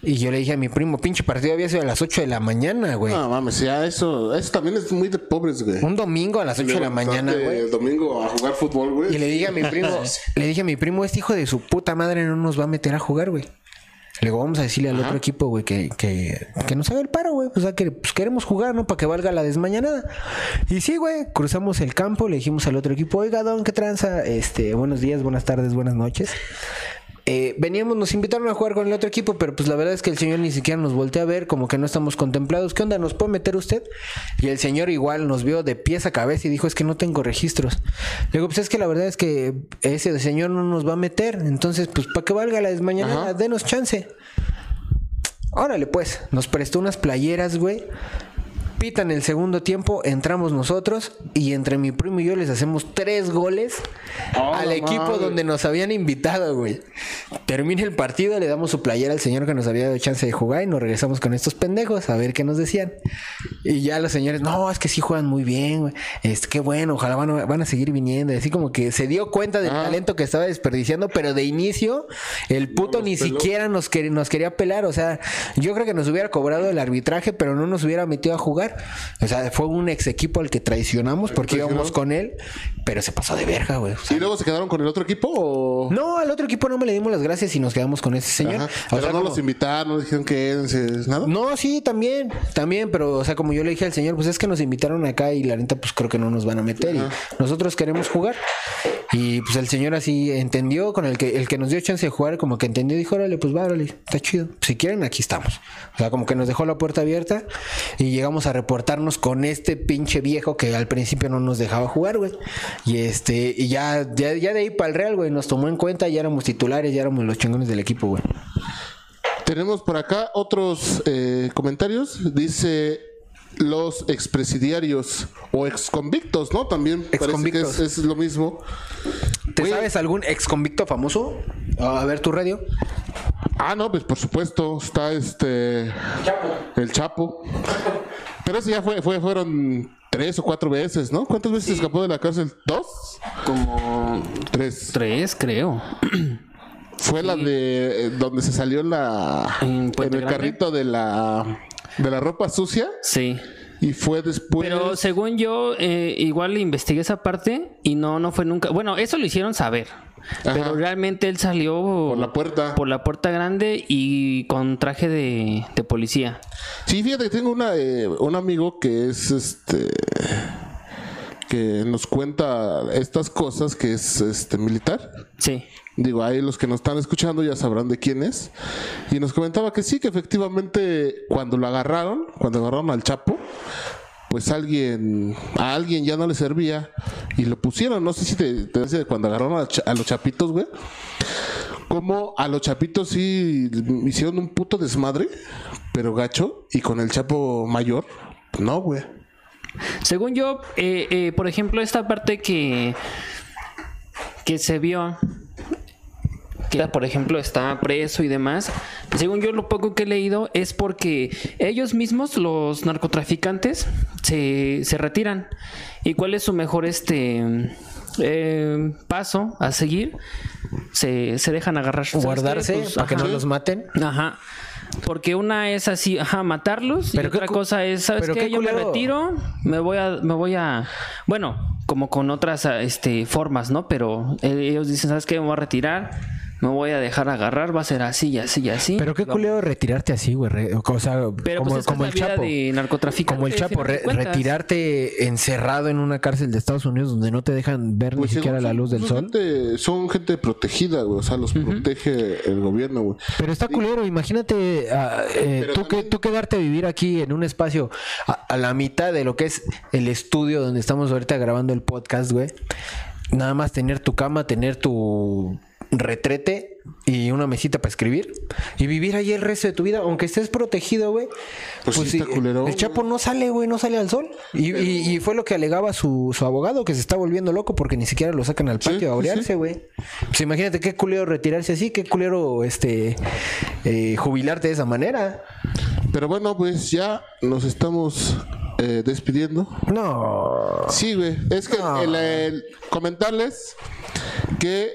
Y yo le dije a mi primo, pinche partido había sido a las 8 de la mañana, güey.
No mames, ya eso. Eso también es muy de pobres, güey.
Un domingo a las 8 de la mañana,
Levantarte
güey.
El domingo a jugar fútbol, güey.
Y le dije a mi
[laughs]
primo, le dije a mi primo, este hijo de su puta madre no nos va a meter a jugar, güey. Le digo, vamos a decirle al otro equipo, güey, que, que, que nos haga el paro, güey. O sea, que pues, queremos jugar, ¿no? Para que valga la desmañanada. Y sí, güey, cruzamos el campo, le dijimos al otro equipo, oiga, don, ¿qué tranza? Este, buenos días, buenas tardes, buenas noches. eh, veníamos, nos invitaron a jugar con el otro equipo, pero pues la verdad es que el señor ni siquiera nos voltea a ver, como que no estamos contemplados. ¿Qué onda? ¿Nos puede meter usted? Y el señor igual nos vio de pies a cabeza y dijo, es que no tengo registros. Le digo, pues es que la verdad es que ese señor no nos va a meter, entonces pues para que valga la desmañanada,
Ajá.
denos chance. Órale, pues, nos prestó unas playeras, güey. Pitan el segundo tiempo, entramos nosotros y entre mi primo y yo les hacemos tres goles al equipo donde nos habían invitado, güey. Termina el partido, le damos su playera al señor que nos había dado chance de jugar y nos regresamos con estos pendejos a ver qué nos decían. Y ya los señores, no, es que sí juegan muy bien, güey. Es que bueno, ojalá van a, van a seguir viniendo. Y Así como que se dio cuenta del talento que estaba desperdiciando, pero de inicio el puto ni siquiera nos, quer- nos quería pelar. O sea, yo creo que nos hubiera cobrado el arbitraje, pero no nos hubiera metido a jugar. O sea, fue un ex equipo al que traicionamos porque íbamos con él, pero se pasó de verga, güey. O sea,
¿Y luego se quedaron con el otro equipo o...?
no, al otro equipo no me le dimos las gracias y nos quedamos con ese señor.
Ajá.
O
Pero
sea,
no
como-
los invitaron, no dijeron que es nada.
no, sí, también, también, pero, o sea, como yo le dije al señor, pues es que nos invitaron acá y la neta, pues creo que no nos van a meter y nosotros queremos jugar. Y pues el señor así entendió, con el que, el que nos dio chance de jugar, como que entendió, dijo, órale, pues va, órale, está chido. Si quieren, aquí estamos. O sea, como que nos dejó la puerta abierta y llegamos a reportarnos con este pinche viejo que al principio no nos dejaba jugar, güey. Y este, y ya, ya, ya de ahí para el Real, güey, nos tomó en cuenta, ya éramos titulares, ya éramos los chingones del equipo, güey.
Tenemos por acá otros eh, comentarios. Dice los expresidiarios o exconvictos, ¿no? También parece que
Exconvictos.
es, es lo mismo.
¿Te
Güey.
sabes algún ex convicto famoso? A ver tu radio.
Ah, no, pues por supuesto, está este el Chapo. Pero ese ya fue, fue fueron tres o cuatro veces, ¿no? ¿Cuántas veces escapó de la cárcel? ¿Dos?
Como
Tres.
Tres, creo.
Fue la de eh, donde se salió la
En
en,
Puente
el
Grande.
carrito de la de la ropa sucia
Sí.
y fue después
Pero según yo, eh, igual investigué esa parte y no, no fue nunca. Bueno, eso lo hicieron saber. Pero realmente él salió
por la puerta.
por la puerta grande y con traje de, de policía.
Sí, fíjate que tengo una, eh, un amigo que es este que nos cuenta estas cosas que es este militar.
Sí.
Digo, ahí los que nos están escuchando ya sabrán de quién es. Y nos comentaba que sí, que efectivamente cuando lo agarraron, cuando agarraron al Chapo, pues alguien, a alguien ya no le servía y lo pusieron. No sé si te, te dice cuando agarraron a, cha- a los chapitos, güey. Como a los chapitos sí hicieron un puto desmadre, pero gacho, y con el Chapo mayor, no, güey.
Según yo, eh, eh, por ejemplo, esta parte que, que se vio, que por ejemplo está preso y demás, según yo lo poco que he leído es porque ellos mismos, los narcotraficantes, se, se retiran. ¿Y cuál es su mejor este eh, paso a seguir? Se, se dejan agarrar. ¿Sabes qué?
Guardarse
Pues,
para que no
ajá.
los maten.
Ajá. Porque una es así, ajá, matarlos.
Pero
y
qué
otra
cu-
cosa es, ¿sabes
pero
qué?
qué
Yo me
culero.
retiro, me voy a, me voy a. Bueno, como con otras ah, este, formas, ¿no? Pero eh, ellos dicen, ¿sabes qué? Me voy a retirar, me voy a dejar agarrar, va a ser así y así y así.
Pero qué culero retirarte así, güey. re- O sea,
Pero,
como,
pues, esa
como el
es la vida
Chapo.
de narcotraficante,
Como el
al
Chapo,
final de
re-
cuentas.
retirarte encerrado en una cárcel de Estados Unidos donde no te dejan ver
Pues,
ni siquiera
según
la luz
son-
del
son
sol.
gente- son gente protegida, güey. O sea, los protege el gobierno, güey.
Pero está culero, imagínate ah, eh,
Pero
tú, que,
también-
tú quedarte a vivir aquí en un espacio a, a la mitad de lo que es el estudio donde estamos ahorita grabando el podcast, güey. Nada más tener tu cama, tener tu retrete y una mesita para escribir y vivir ahí el resto de tu vida, aunque estés protegido, güey.
Pues sí está culero,
el
güey.
Chapo no sale, güey, no sale al sol. Y, y- y fue lo que alegaba su, su abogado, que se está volviendo loco porque ni siquiera lo sacan al
Sí,
patio a
sí,
orearse,
sí.
güey. Pues imagínate qué culero retirarse así, qué culero este eh, jubilarte de esa manera.
Pero bueno, pues ya nos estamos eh, despidiendo.
No.
Sí, güey. Es que el- el- comentarles que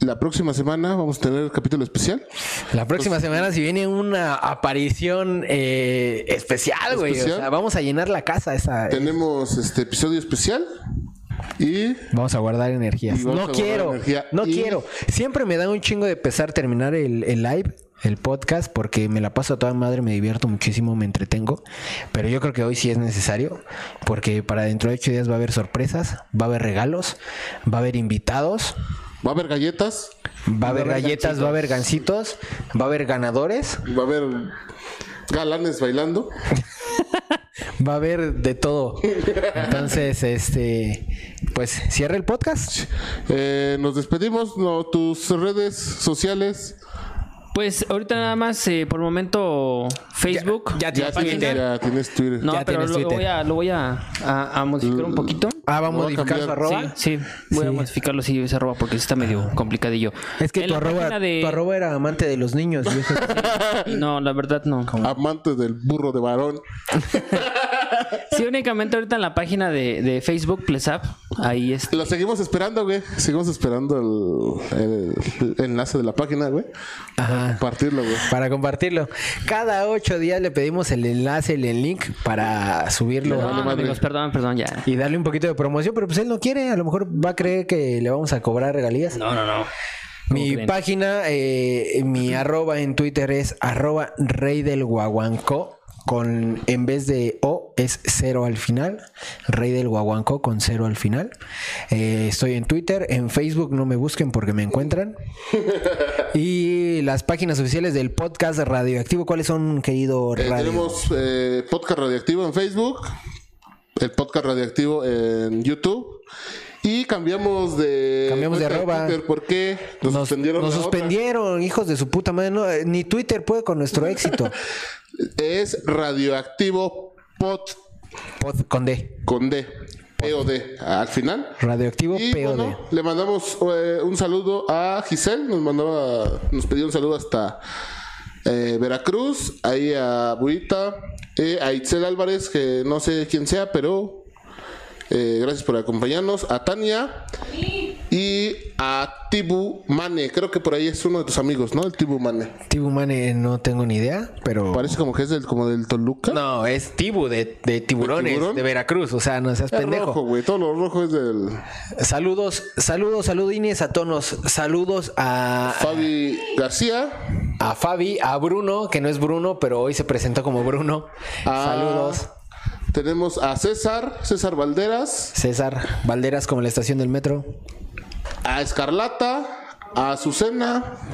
la próxima semana vamos a tener el capítulo especial.
La
Pues
próxima semana si viene una aparición eh, especial, güey. O
Especial.
sea, vamos a llenar la casa esa. eh.
Tenemos este episodio especial y
Vamos a guardar energías.
Y vamos a
No
guardar
quiero.
energía.
No
Y-
quiero. Siempre me da un chingo de pesar terminar el, el live, el podcast, porque me la paso a toda madre, me divierto muchísimo, me entretengo. Pero yo creo que hoy sí es necesario, porque para dentro de ocho días va a haber sorpresas, va a haber regalos, va a haber invitados.
Va a haber galletas,
Va a haber galletas, va a haber gancitos, va a haber ganadores,
va a haber galanes bailando.
va a haber de todo. Entonces, este, pues cierra el podcast.
Eh, nos despedimos. No, tus redes sociales.
Pues ahorita nada más, eh, por el momento, Facebook.
Ya,
Ya,
ya,
tienes,
página.
ya tienes Twitter.
No,
ya
pero
tienes
lo, lo
Twitter.
voy a, lo voy a, a- a modificar un poquito.
Ah, va a
Lo voy a
modificar su
cambiar.
arroba.
Sí, voy
Sí.
a
Ah.
modificarlo si ese arroba porque sí está medio complicadillo.
Es que
En
tu
la
arroba,
página de-
tu arroba era amante de los niños. y
[laughs]
eso-
[coughs] No, la verdad no.
Amantes del burro de varón.
Sí, únicamente ahorita en la página de, de Facebook, PlesApp, ahí es.
Lo seguimos esperando, güey. Seguimos esperando el, el- el enlace de la página, güey.
Ajá.
Compartirlo, güey.
Para compartirlo. Cada ocho días le pedimos el enlace, el link para subirlo.
Perdón,
vale madre.
Ah, amigos, perdón, perdón, ya.
Y darle un poquito de promoción, pero pues él no quiere, a lo mejor va a creer que le vamos a cobrar regalías.
No, no, no.
mi
creen?
página, eh, mi arroba en Twitter es arroba rey del guaguanco, con en vez de O es cero al final, rey del guaguanco con cero al final. Eh, estoy en Twitter, en Facebook no me busquen porque me
[laughs]
encuentran. y las páginas oficiales del podcast radioactivo, ¿cuáles son, querido
Eh,
radio?
tenemos eh, podcast radioactivo en Facebook, el podcast radioactivo en YouTube. Y cambiamos de.
Cambiamos de
cuenta
arroba.
Twitter, ¿Por qué? Nos,
Nos,
suspendieron.
nos
la otra.
suspendieron, hijos de su puta madre. No, eh, ni Twitter puede con
[laughs]
nuestro éxito.
Es radioactivo pod
Pod con D.
con D. POD al final.
Radioactivo
Y
POD.
bueno, le mandamos eh, un saludo a Giselle, nos mandaba, nos pidió un saludo hasta eh, Veracruz, ahí a Burita, eh, a Itzel Álvarez, que no sé quién sea, pero eh, gracias por acompañarnos, a Tania y a Tibu Mane, creo que por ahí es uno de tus amigos, ¿no? El Tibu Mane.
Tibu Mane, no tengo ni idea, pero.
Parece como que es del, como del Toluca.
No, es Tibu de, de tiburones,
¿De
¿De,
tiburón?
Veracruz. O sea, no seas
Es
pendejo.
rojo, güey, todo lo rojo es del
Saludos, saludos, saludines a tonos. Saludos a,
Fabi García.
a Fabi, a Bruno, que no es Bruno, pero hoy se presentó como Bruno.
Ah.
Saludos.
Tenemos a César, César Valderas.
César Valderas, como la estación del metro.
a Escarlata, a Azucena,